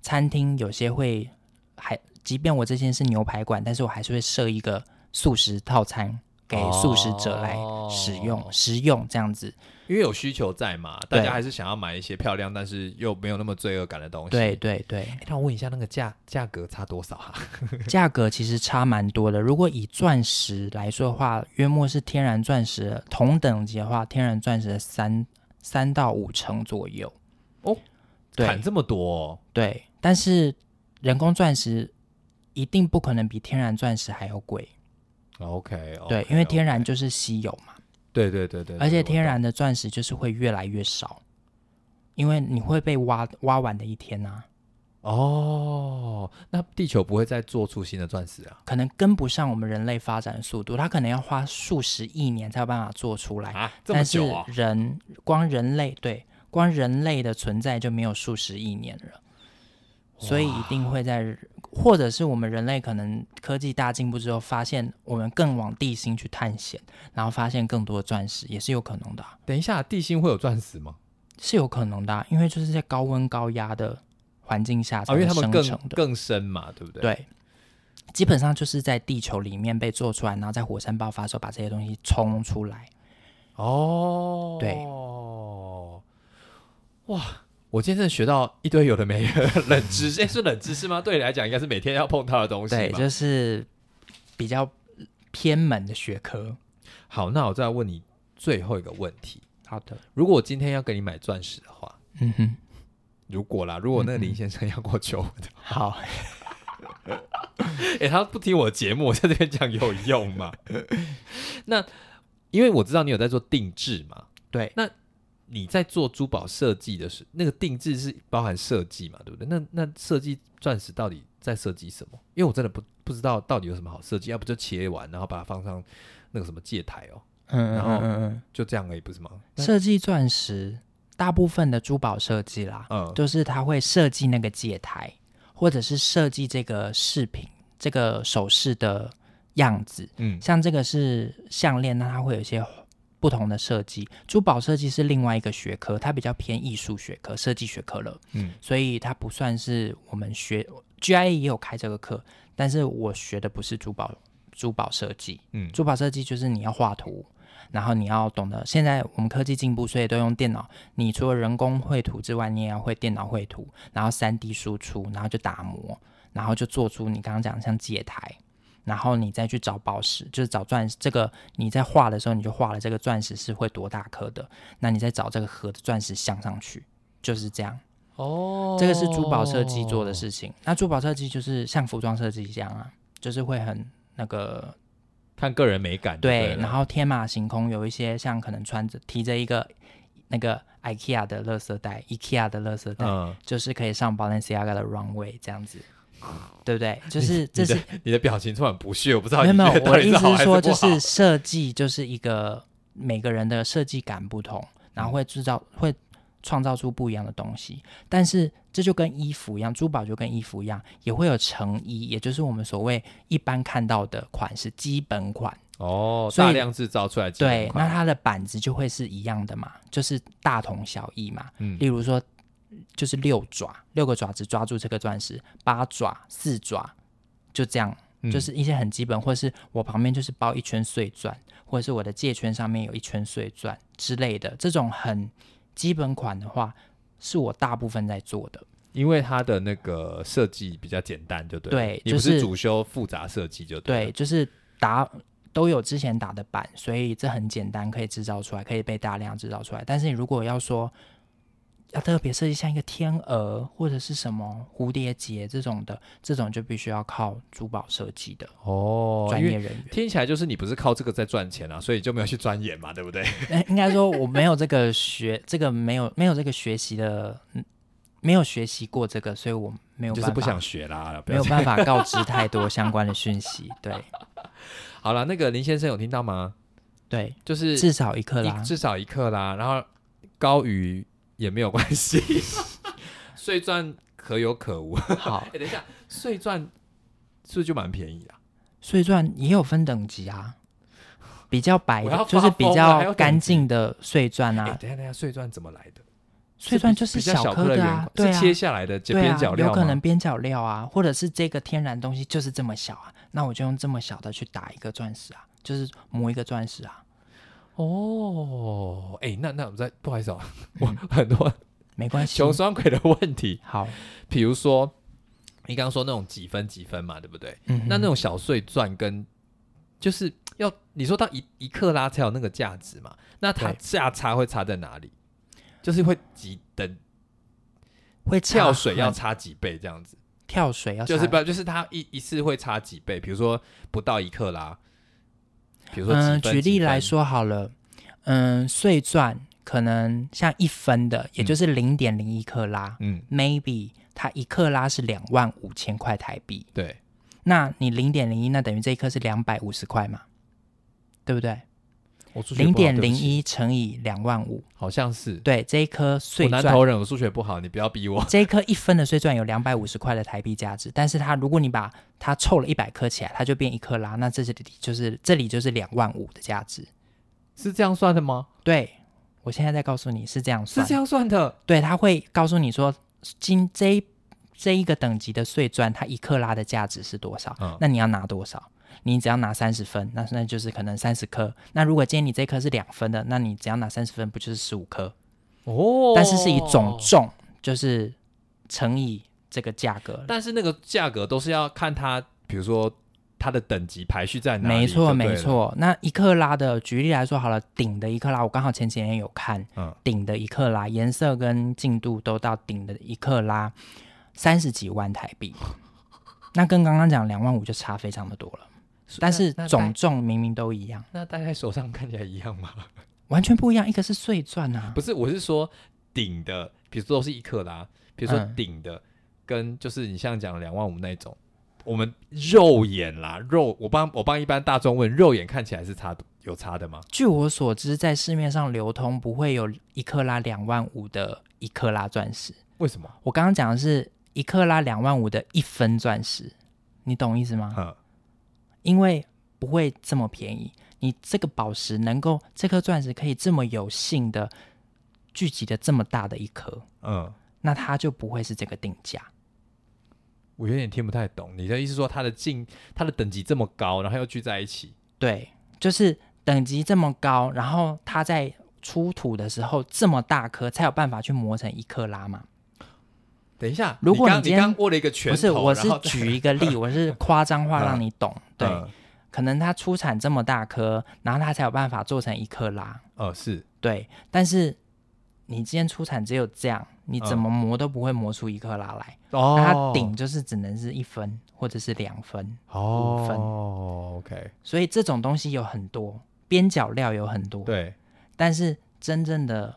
[SPEAKER 2] 餐厅有些会还，即便我这间是牛排馆，但是我还是会设一个素食套餐给素食者来使用、
[SPEAKER 1] 哦
[SPEAKER 2] 食用这样子。
[SPEAKER 1] 因为有需求在嘛，大
[SPEAKER 2] 对
[SPEAKER 1] 家还是想要买一些漂亮，但是又没有那么罪恶感的东西。
[SPEAKER 2] 对对对，
[SPEAKER 1] 哎，那我问一下，那个价价格差多少啊？
[SPEAKER 2] 价格其实差蛮多的。如果以钻石来说的话，约莫是天然钻石同等级的话，天然钻石的三三到五成左右。
[SPEAKER 1] 哦，砍
[SPEAKER 2] 对
[SPEAKER 1] 这么多、哦，
[SPEAKER 2] 对，但是人工钻石一定不可能比天然钻石还要贵。
[SPEAKER 1] 哦 OK，, o
[SPEAKER 2] 对，因为天然就是稀有嘛，
[SPEAKER 1] 对对对对，
[SPEAKER 2] 而且
[SPEAKER 1] 对
[SPEAKER 2] 天，然的钻石就是会越来越少，因为你会被挖挖完的一天啊，
[SPEAKER 1] 我懂哦，那地球不会再做出新的钻石啊？
[SPEAKER 2] 可能跟不上我们人类发展的速度，它可能要花数十亿年才有办法做出来。
[SPEAKER 1] 啊，这么
[SPEAKER 2] 哎但是
[SPEAKER 1] 久啊？
[SPEAKER 2] 人光人类对光人类的存在就没有数十亿年了，所以一定会在，或者是我们人类可能科技大进步之后，发现我们更往地心去探险，然后发现更多的钻石也是有可能的啊、
[SPEAKER 1] 等一下，地心会有钻石吗？
[SPEAKER 2] 是有可能的啊、因为就是在高温高压的环境下才
[SPEAKER 1] 啊，因为
[SPEAKER 2] 会
[SPEAKER 1] 它们
[SPEAKER 2] 生
[SPEAKER 1] 更
[SPEAKER 2] 成的，
[SPEAKER 1] 更深嘛，对不对？，
[SPEAKER 2] 对。基本上就是在地球里面被做出来，然后在火山爆发的时候把这些东西冲出来。
[SPEAKER 1] 哦，
[SPEAKER 2] 对，
[SPEAKER 1] 哇。我今天真的学到一堆有的没的冷知 识，哎，是冷知识吗？对你来讲，应该是每天要碰到的东西
[SPEAKER 2] 对，
[SPEAKER 1] 嘛。
[SPEAKER 2] 就是比较偏门的学科。
[SPEAKER 1] 好，那我再问你最后一个问题：
[SPEAKER 2] 好的，
[SPEAKER 1] 如果我今天要给你买钻石的话，
[SPEAKER 2] 嗯哼，
[SPEAKER 1] 如果啦，如果那个林先生要跟我求婚的话，
[SPEAKER 2] 好，
[SPEAKER 1] 哎、他不听我节目，我在这边讲有用 吗？那因为我知道你有在做定制嘛，
[SPEAKER 2] 对，
[SPEAKER 1] 你在做珠宝设计的时，那个定制是包含设计嘛，对不对？那那设计钻石到底在设计什么？因为我真的不不知道到底有什么好设计，要不就切完，然后把它放上那个什么戒台哦，
[SPEAKER 2] 嗯
[SPEAKER 1] 然后
[SPEAKER 2] 嗯
[SPEAKER 1] 就这样而已，不是吗？
[SPEAKER 2] 嗯，设计钻石，大部分的珠宝设计啦，
[SPEAKER 1] 嗯，
[SPEAKER 2] 就是他会设计那个戒台，或者是设计这个饰品、这个首饰的样子。
[SPEAKER 1] 嗯，
[SPEAKER 2] 像这个是项链，那它会有一些不同的设计。珠宝设计是另外一个学科，它比较偏艺术学科、设计学科了。
[SPEAKER 1] 嗯，
[SPEAKER 2] 所以它不算是我们学 GIA 也有开这个课，但是我学的不是珠宝珠宝设计，
[SPEAKER 1] 嗯
[SPEAKER 2] 珠宝设计就是你要画图，然后你要懂得现在我们科技进步，所以都用电脑。你除了人工绘图之外，你也要会电脑绘图，然后三 D 输出，然后就打磨，然后就做出你刚刚讲的像戒台。然后你再去找宝石，就是找钻石。这个你在画的时候，你就画了这个钻石是会多大颗的，那你再找这个盒的钻石镶上去，就是这样。
[SPEAKER 1] 哦
[SPEAKER 2] 这个是珠宝设计做的事情。那珠宝设计就是像服装设计一样啊，就是会很那个
[SPEAKER 1] 看个人美感就
[SPEAKER 2] 对
[SPEAKER 1] 对，了，
[SPEAKER 2] 然后天马行空，有一些像可能穿着提着一个那个 IKEA 的垃圾袋，IKEA 的垃圾袋，
[SPEAKER 1] 嗯，
[SPEAKER 2] 就是可以上 Balenciaga 的 runway 这样子，对不对？就是这
[SPEAKER 1] 你
[SPEAKER 2] 是
[SPEAKER 1] 的你的表情充满不屑，我不知道
[SPEAKER 2] 没
[SPEAKER 1] 你
[SPEAKER 2] 有没有
[SPEAKER 1] 觉得，到
[SPEAKER 2] 我的
[SPEAKER 1] 底
[SPEAKER 2] 意
[SPEAKER 1] 是好还
[SPEAKER 2] 思是
[SPEAKER 1] 是
[SPEAKER 2] 说，
[SPEAKER 1] 不
[SPEAKER 2] 就
[SPEAKER 1] 好
[SPEAKER 2] 是设计就是一个每个人的设计感不同，然后会制造会创造出不一样的东西。但是这就跟衣服一样，珠宝就跟衣服一样，也会有成衣，也就是我们所谓一般看到的款式基本款。
[SPEAKER 1] 哦，
[SPEAKER 2] 所以
[SPEAKER 1] 大量制造出来几万
[SPEAKER 2] 对，
[SPEAKER 1] 块
[SPEAKER 2] 那它的板子就会是一样的嘛，就是大同小异嘛。
[SPEAKER 1] 嗯
[SPEAKER 2] 例如说，就是六爪，六个爪子抓住这个钻石，八爪、四爪，就这样。
[SPEAKER 1] 嗯
[SPEAKER 2] 就是一些很基本，或者是我旁边就是包一圈碎钻，或者是我的戒圈上面有一圈碎钻之类的，这种很基本款的话，是我大部分在做的。
[SPEAKER 1] 因为它的那个设计比较简单，就对了。
[SPEAKER 2] 对
[SPEAKER 1] 你不
[SPEAKER 2] 就是
[SPEAKER 1] 主修复杂设计就
[SPEAKER 2] 对，
[SPEAKER 1] 了。
[SPEAKER 2] 就是达都有之前打的板，所以这很简单，可以制造出来，可以被大量制造出来。但是你如果要说要特别设计像一个天鹅或者是什么蝴蝶结这种的，这种就必须要靠珠宝设计的
[SPEAKER 1] 哦
[SPEAKER 2] 专
[SPEAKER 1] 因
[SPEAKER 2] 业
[SPEAKER 1] 为
[SPEAKER 2] 人员。
[SPEAKER 1] 听起来就是你不是靠这个在赚钱啊，所以就没有去钻研嘛，对不对？
[SPEAKER 2] 哎应该说我没有这个学，这个没有没有这个学习的，嗯没有学习过这个，所以我没有
[SPEAKER 1] 就
[SPEAKER 2] 办
[SPEAKER 1] 是
[SPEAKER 2] 法
[SPEAKER 1] 不想学啦，不
[SPEAKER 2] 没
[SPEAKER 1] 要
[SPEAKER 2] 有办法 告知太多相关的讯息。对
[SPEAKER 1] 好了，那个林先生有听到吗？
[SPEAKER 2] 对，
[SPEAKER 1] 就是
[SPEAKER 2] 至少一克
[SPEAKER 1] 一
[SPEAKER 2] 拉，
[SPEAKER 1] 至少一克啦，然后高于也没有关 系， 碎钻可有可无。 哎、
[SPEAKER 2] 好，
[SPEAKER 1] 等一下，碎钻是不是就蛮便宜的啊？
[SPEAKER 2] 碎钻也有分等级啊，比较白
[SPEAKER 1] 我要
[SPEAKER 2] 的，
[SPEAKER 1] 发
[SPEAKER 2] 就是比
[SPEAKER 1] 疯了还有等
[SPEAKER 2] 较
[SPEAKER 1] 级
[SPEAKER 2] 干净的碎钻
[SPEAKER 1] 哎、
[SPEAKER 2] 啊，
[SPEAKER 1] 等一下等一下，碎钻怎么来的？
[SPEAKER 2] 碎钻
[SPEAKER 1] 比
[SPEAKER 2] 就是
[SPEAKER 1] 比较小
[SPEAKER 2] 颗
[SPEAKER 1] 的
[SPEAKER 2] 的
[SPEAKER 1] 圆
[SPEAKER 2] 啊
[SPEAKER 1] 块，
[SPEAKER 2] 对
[SPEAKER 1] 是
[SPEAKER 2] 啊，
[SPEAKER 1] 切下来的这
[SPEAKER 2] 对
[SPEAKER 1] 边
[SPEAKER 2] 啊
[SPEAKER 1] 角，料
[SPEAKER 2] 有
[SPEAKER 1] 吗？
[SPEAKER 2] 可能边角料啊，或者是这个天然东西就是这么小啊，那我就用这么小的去打一个钻石啊，就是磨一个钻石啊，
[SPEAKER 1] 哦，哎、那那我们再不好意思哦，
[SPEAKER 2] 嗯
[SPEAKER 1] 我 很多
[SPEAKER 2] 没关系
[SPEAKER 1] 穷。酸鬼的问题，
[SPEAKER 2] 好，
[SPEAKER 1] 比如说你刚刚说那种几分几分嘛，对不对？
[SPEAKER 2] 嗯哼，
[SPEAKER 1] 那那种小碎钻跟就是要你说到一一克拉才有那个价值嘛，那它
[SPEAKER 2] 对
[SPEAKER 1] 价差会差在哪里？就是会几等
[SPEAKER 2] 会差
[SPEAKER 1] 跳水要
[SPEAKER 2] 很
[SPEAKER 1] 差几倍这样子，
[SPEAKER 2] 跳水啊要
[SPEAKER 1] 就是
[SPEAKER 2] 差
[SPEAKER 1] 不就是它一一次会差几倍，比如说不到一克拉，比如说
[SPEAKER 2] 嗯，
[SPEAKER 1] 几分
[SPEAKER 2] 举例来，
[SPEAKER 1] 几
[SPEAKER 2] 说好了，嗯，碎钻可能像一分的，也就是
[SPEAKER 1] 嗯
[SPEAKER 2] 零点零一克拉、
[SPEAKER 1] 分嗯，
[SPEAKER 2] m a y b e 它一克拉是两万五千块台币，
[SPEAKER 1] 对，
[SPEAKER 2] 那你零点零一，那等于这一克是两百五十块嘛，对不对？
[SPEAKER 1] 我数学
[SPEAKER 2] 零
[SPEAKER 1] 不好
[SPEAKER 2] 点
[SPEAKER 1] 对
[SPEAKER 2] 零
[SPEAKER 1] 不起
[SPEAKER 2] 一乘以两万五，
[SPEAKER 1] 好像是，
[SPEAKER 2] 对，这一颗
[SPEAKER 1] 我
[SPEAKER 2] 碎
[SPEAKER 1] 南
[SPEAKER 2] 钻，
[SPEAKER 1] 投人，我数学不好，你不要逼我。
[SPEAKER 2] 这一颗一分的碎钻有两百五十块的台币价值，但是它如果你把它凑了一百颗起来，它就变一克拉，那这里就是这里就是两万五的价值。
[SPEAKER 1] 是这样算的吗？
[SPEAKER 2] 对，我现在在告诉你是这样
[SPEAKER 1] 是
[SPEAKER 2] 算，
[SPEAKER 1] 这样算的。
[SPEAKER 2] 对，它会告诉你说今这一这一个等级的碎钻，它一克拉的价值是多少，
[SPEAKER 1] 嗯
[SPEAKER 2] 那你要拿多少？你只要拿三十分，那那就是可能三十颗。那如果今天你这颗是两分的，那你只要拿三十分，不就是十五颗？
[SPEAKER 1] 哦
[SPEAKER 2] 但是是以总，重，就是乘以这个价格。
[SPEAKER 1] 但是那个价格都是要看它，比如说它的等级排序在哪里。
[SPEAKER 2] 没错，
[SPEAKER 1] 就对了
[SPEAKER 2] 没。错。那一克拉的，举例来说好了，顶的一克拉，我刚好前几天有看，
[SPEAKER 1] 嗯
[SPEAKER 2] 顶的一克拉，颜色跟进度都到顶的一克拉，三十几万台币。那跟刚刚讲两万五就差非常的多了，但是
[SPEAKER 1] 那那
[SPEAKER 2] 总
[SPEAKER 1] 戴
[SPEAKER 2] 重明明都一样，
[SPEAKER 1] 那戴在手上看起来一样吗？
[SPEAKER 2] 完全不一样。一个是碎钻啊
[SPEAKER 1] 不，是，我是说顶的，比如说都是一克拉，比如说
[SPEAKER 2] 嗯
[SPEAKER 1] 顶的、跟就是你像讲两万五那种，我们肉眼啦，肉我帮我帮一般大众问，肉眼看起来是差有差的吗？
[SPEAKER 2] 据我所知，在市面上流通不会有一克拉两万五的一克拉钻石。
[SPEAKER 1] 为什么？
[SPEAKER 2] 我刚刚讲的是一克拉两万五的一分钻石，你懂意思吗？
[SPEAKER 1] 嗯，
[SPEAKER 2] 因为不会这么便宜，你这个宝石能够这颗钻石可以这么有幸的聚集的这么大的一颗，
[SPEAKER 1] 嗯，
[SPEAKER 2] 那它就不会是这个定价。
[SPEAKER 1] 我有点听不太懂你的意思，说它的进它的等级这么高，然后又聚在一起，
[SPEAKER 2] 对，就是等级这么高，然后它在出土的时候这么大颗，才有办法去磨成一克拉嘛。
[SPEAKER 1] 等一下，
[SPEAKER 2] 如果
[SPEAKER 1] 你刚
[SPEAKER 2] 你今天
[SPEAKER 1] 刚握了一个拳
[SPEAKER 2] 不
[SPEAKER 1] 头，
[SPEAKER 2] 是，我是
[SPEAKER 1] 然后再
[SPEAKER 2] 举一个例，我 是夸张话让你懂。对，
[SPEAKER 1] 嗯
[SPEAKER 2] 可能它出产这么大颗，然后它才有办法做成一克拉。
[SPEAKER 1] 哦、是
[SPEAKER 2] 对，但是你今天出产只有这样，你怎么磨都不会磨出一克拉来。
[SPEAKER 1] 嗯哦
[SPEAKER 2] 那它顶就是只能是一分或者是两分，五分
[SPEAKER 1] 哦，OK，
[SPEAKER 2] 所以这种东西有很多，边角料有很多，
[SPEAKER 1] 对，
[SPEAKER 2] 但是真正的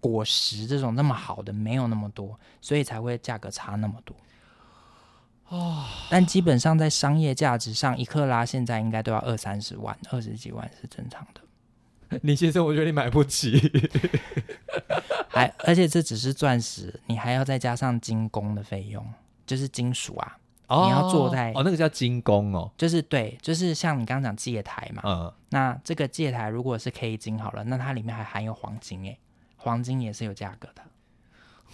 [SPEAKER 2] 果实这种那么好的没有那么多，所以才会价格差那么 多。哦，但基本上在商业价值上，一克拉现在应该都要二三十万，二十几万是正常的。
[SPEAKER 1] 林先生，我觉得你买不起，
[SPEAKER 2] 还而且这只是钻石，你还要再加上精工的费用，就是金属啊，
[SPEAKER 1] 哦
[SPEAKER 2] 你要坐在
[SPEAKER 1] 哦，那个叫精工哦，
[SPEAKER 2] 就是对，就是像你刚刚讲戒台嘛，
[SPEAKER 1] 嗯，
[SPEAKER 2] 那这个戒台如果是 K 金好了，那它里面还含有黄金诶、黄金也是有价格的，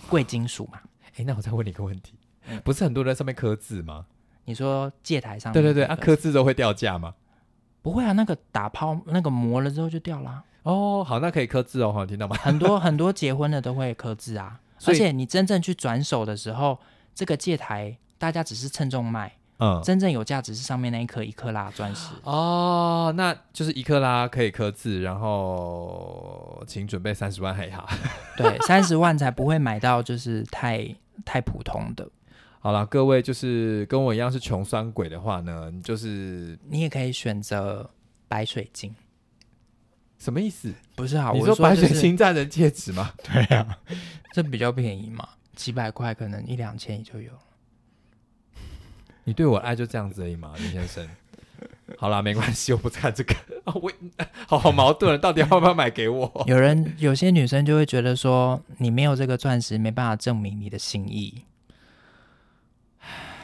[SPEAKER 2] 贵金属嘛。
[SPEAKER 1] 哎，那我再问你一个问题，不是很多人在上面刻字吗？
[SPEAKER 2] 你说戒台上
[SPEAKER 1] 对
[SPEAKER 2] 面
[SPEAKER 1] 对
[SPEAKER 2] 这个，
[SPEAKER 1] 对，啊，刻字都会掉价吗？
[SPEAKER 2] 不会啊，那个打泡那个磨了之后就掉啦、
[SPEAKER 1] 哦，好，那可以刻字哦，好，听到吗？
[SPEAKER 2] 很多很多结婚的都会刻字啊，
[SPEAKER 1] 所
[SPEAKER 2] 而
[SPEAKER 1] 以
[SPEAKER 2] 且你真正去转手的时候，这个戒台大家只是称重卖，
[SPEAKER 1] 嗯，
[SPEAKER 2] 真正有价值是上面那一颗一克拉钻石。
[SPEAKER 1] 哦，那就是一克拉可以刻字，然后请准备三十万 黑哈。
[SPEAKER 2] 对，三十万才不会买到就是太太普通的。
[SPEAKER 1] 好了，各位就是跟我一样是穷酸鬼的话呢，你就是
[SPEAKER 2] 你也可以选择白水晶，
[SPEAKER 1] 什么意思？
[SPEAKER 2] 不是啊？
[SPEAKER 1] 你
[SPEAKER 2] 我
[SPEAKER 1] 说
[SPEAKER 2] 是
[SPEAKER 1] 白
[SPEAKER 2] 就
[SPEAKER 1] 水
[SPEAKER 2] 是
[SPEAKER 1] 晶战的戒指吗？
[SPEAKER 2] 对啊，这比较便宜嘛，几百块可能一两千也就有。
[SPEAKER 1] 你对我爱就这样子而已吗，林先生？好啦，没关系，我不看这个 啊，我好好矛盾了，啊到底要不要买给 我？
[SPEAKER 2] 有人有些女生就会觉得说，你没有这个钻石，没办法证明你的心意。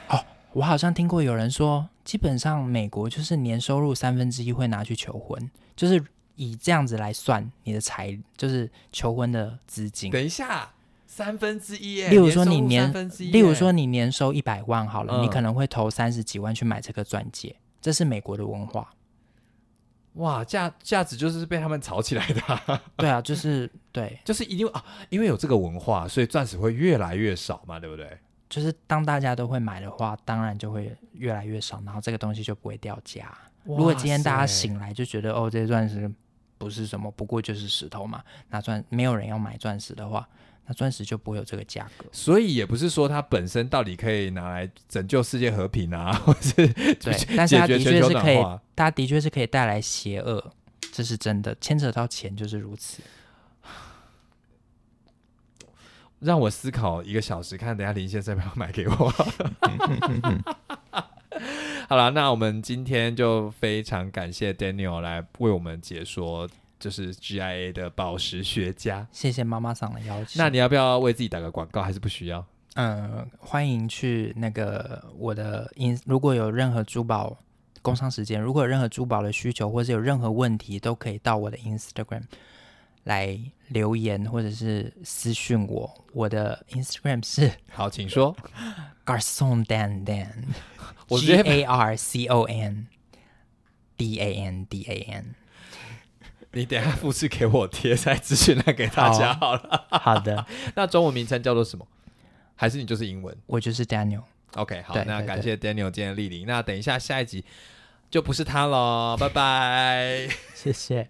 [SPEAKER 2] 哦，我好像听过有人说，基本上美国就是年收入三分之一会拿去求婚，就是以这样子来算你的财，就是求婚的资金。
[SPEAKER 1] 等一下，三分之一耶，
[SPEAKER 2] 例如说你
[SPEAKER 1] 年
[SPEAKER 2] 年
[SPEAKER 1] 收入三分之一耶，
[SPEAKER 2] 例如说你年收一百万好了，
[SPEAKER 1] 嗯
[SPEAKER 2] 你可能会投三十几万去买这个钻戒，这是美国的文化。
[SPEAKER 1] 哇，价价值就是被他们炒起来的啊、
[SPEAKER 2] 对啊，就是对，
[SPEAKER 1] 就是一定啊，因为有这个文化，所以钻石会越来越少嘛，对不对？
[SPEAKER 2] 就是当大家都会买的话，当然就会越来越少，然后这个东西就不会掉价。如果今天大家
[SPEAKER 1] 哇塞
[SPEAKER 2] 醒来就觉得哦，这些钻石不是什么，不过就是石头嘛，那钻没有人要买钻石的话，那钻石就不会有这个价格。
[SPEAKER 1] 所以也不是说它本身到底可以拿来拯救世界和平啊，或是
[SPEAKER 2] 对
[SPEAKER 1] 解，
[SPEAKER 2] 但是
[SPEAKER 1] 解
[SPEAKER 2] 它
[SPEAKER 1] 决
[SPEAKER 2] 的
[SPEAKER 1] 全
[SPEAKER 2] 确
[SPEAKER 1] 球
[SPEAKER 2] 是可以
[SPEAKER 1] 暖化。，
[SPEAKER 2] 它的确是可以带来邪恶，这是真的，牵扯到钱就是如此。
[SPEAKER 1] 让我思考一个小时，看等一下林先生要不要买 给我。好了，那我们今天就非常感谢 Daniel 来为我们解说，就是 GIA 的宝石学家。
[SPEAKER 2] 谢谢妈妈桑的邀请。
[SPEAKER 1] 那你要不要为自己打个广告？还是不需要？
[SPEAKER 2] 嗯，欢迎去那个我的 in，如果有任何珠宝工商时间，如果有任何珠宝的需求，或是有任何问题，都可以到我的 Instagram 来留言，或者是私讯我。我的 Instagram 是
[SPEAKER 1] 好，请说。
[SPEAKER 2] Garcon Dan Dan，G
[SPEAKER 1] 我直接
[SPEAKER 2] A R C O N D A N D A N。
[SPEAKER 1] 你等一下复制给我贴在资讯栏给大家 好了。
[SPEAKER 2] 好的，
[SPEAKER 1] 那中文名称叫做什么？还是你就是英文
[SPEAKER 2] 我就是 Daniel。
[SPEAKER 1] ？OK，好，
[SPEAKER 2] 对
[SPEAKER 1] 那
[SPEAKER 2] 对
[SPEAKER 1] 感谢 Daniel 今天的莅临。那等一下下一集就不是他喽，拜拜。
[SPEAKER 2] 谢谢。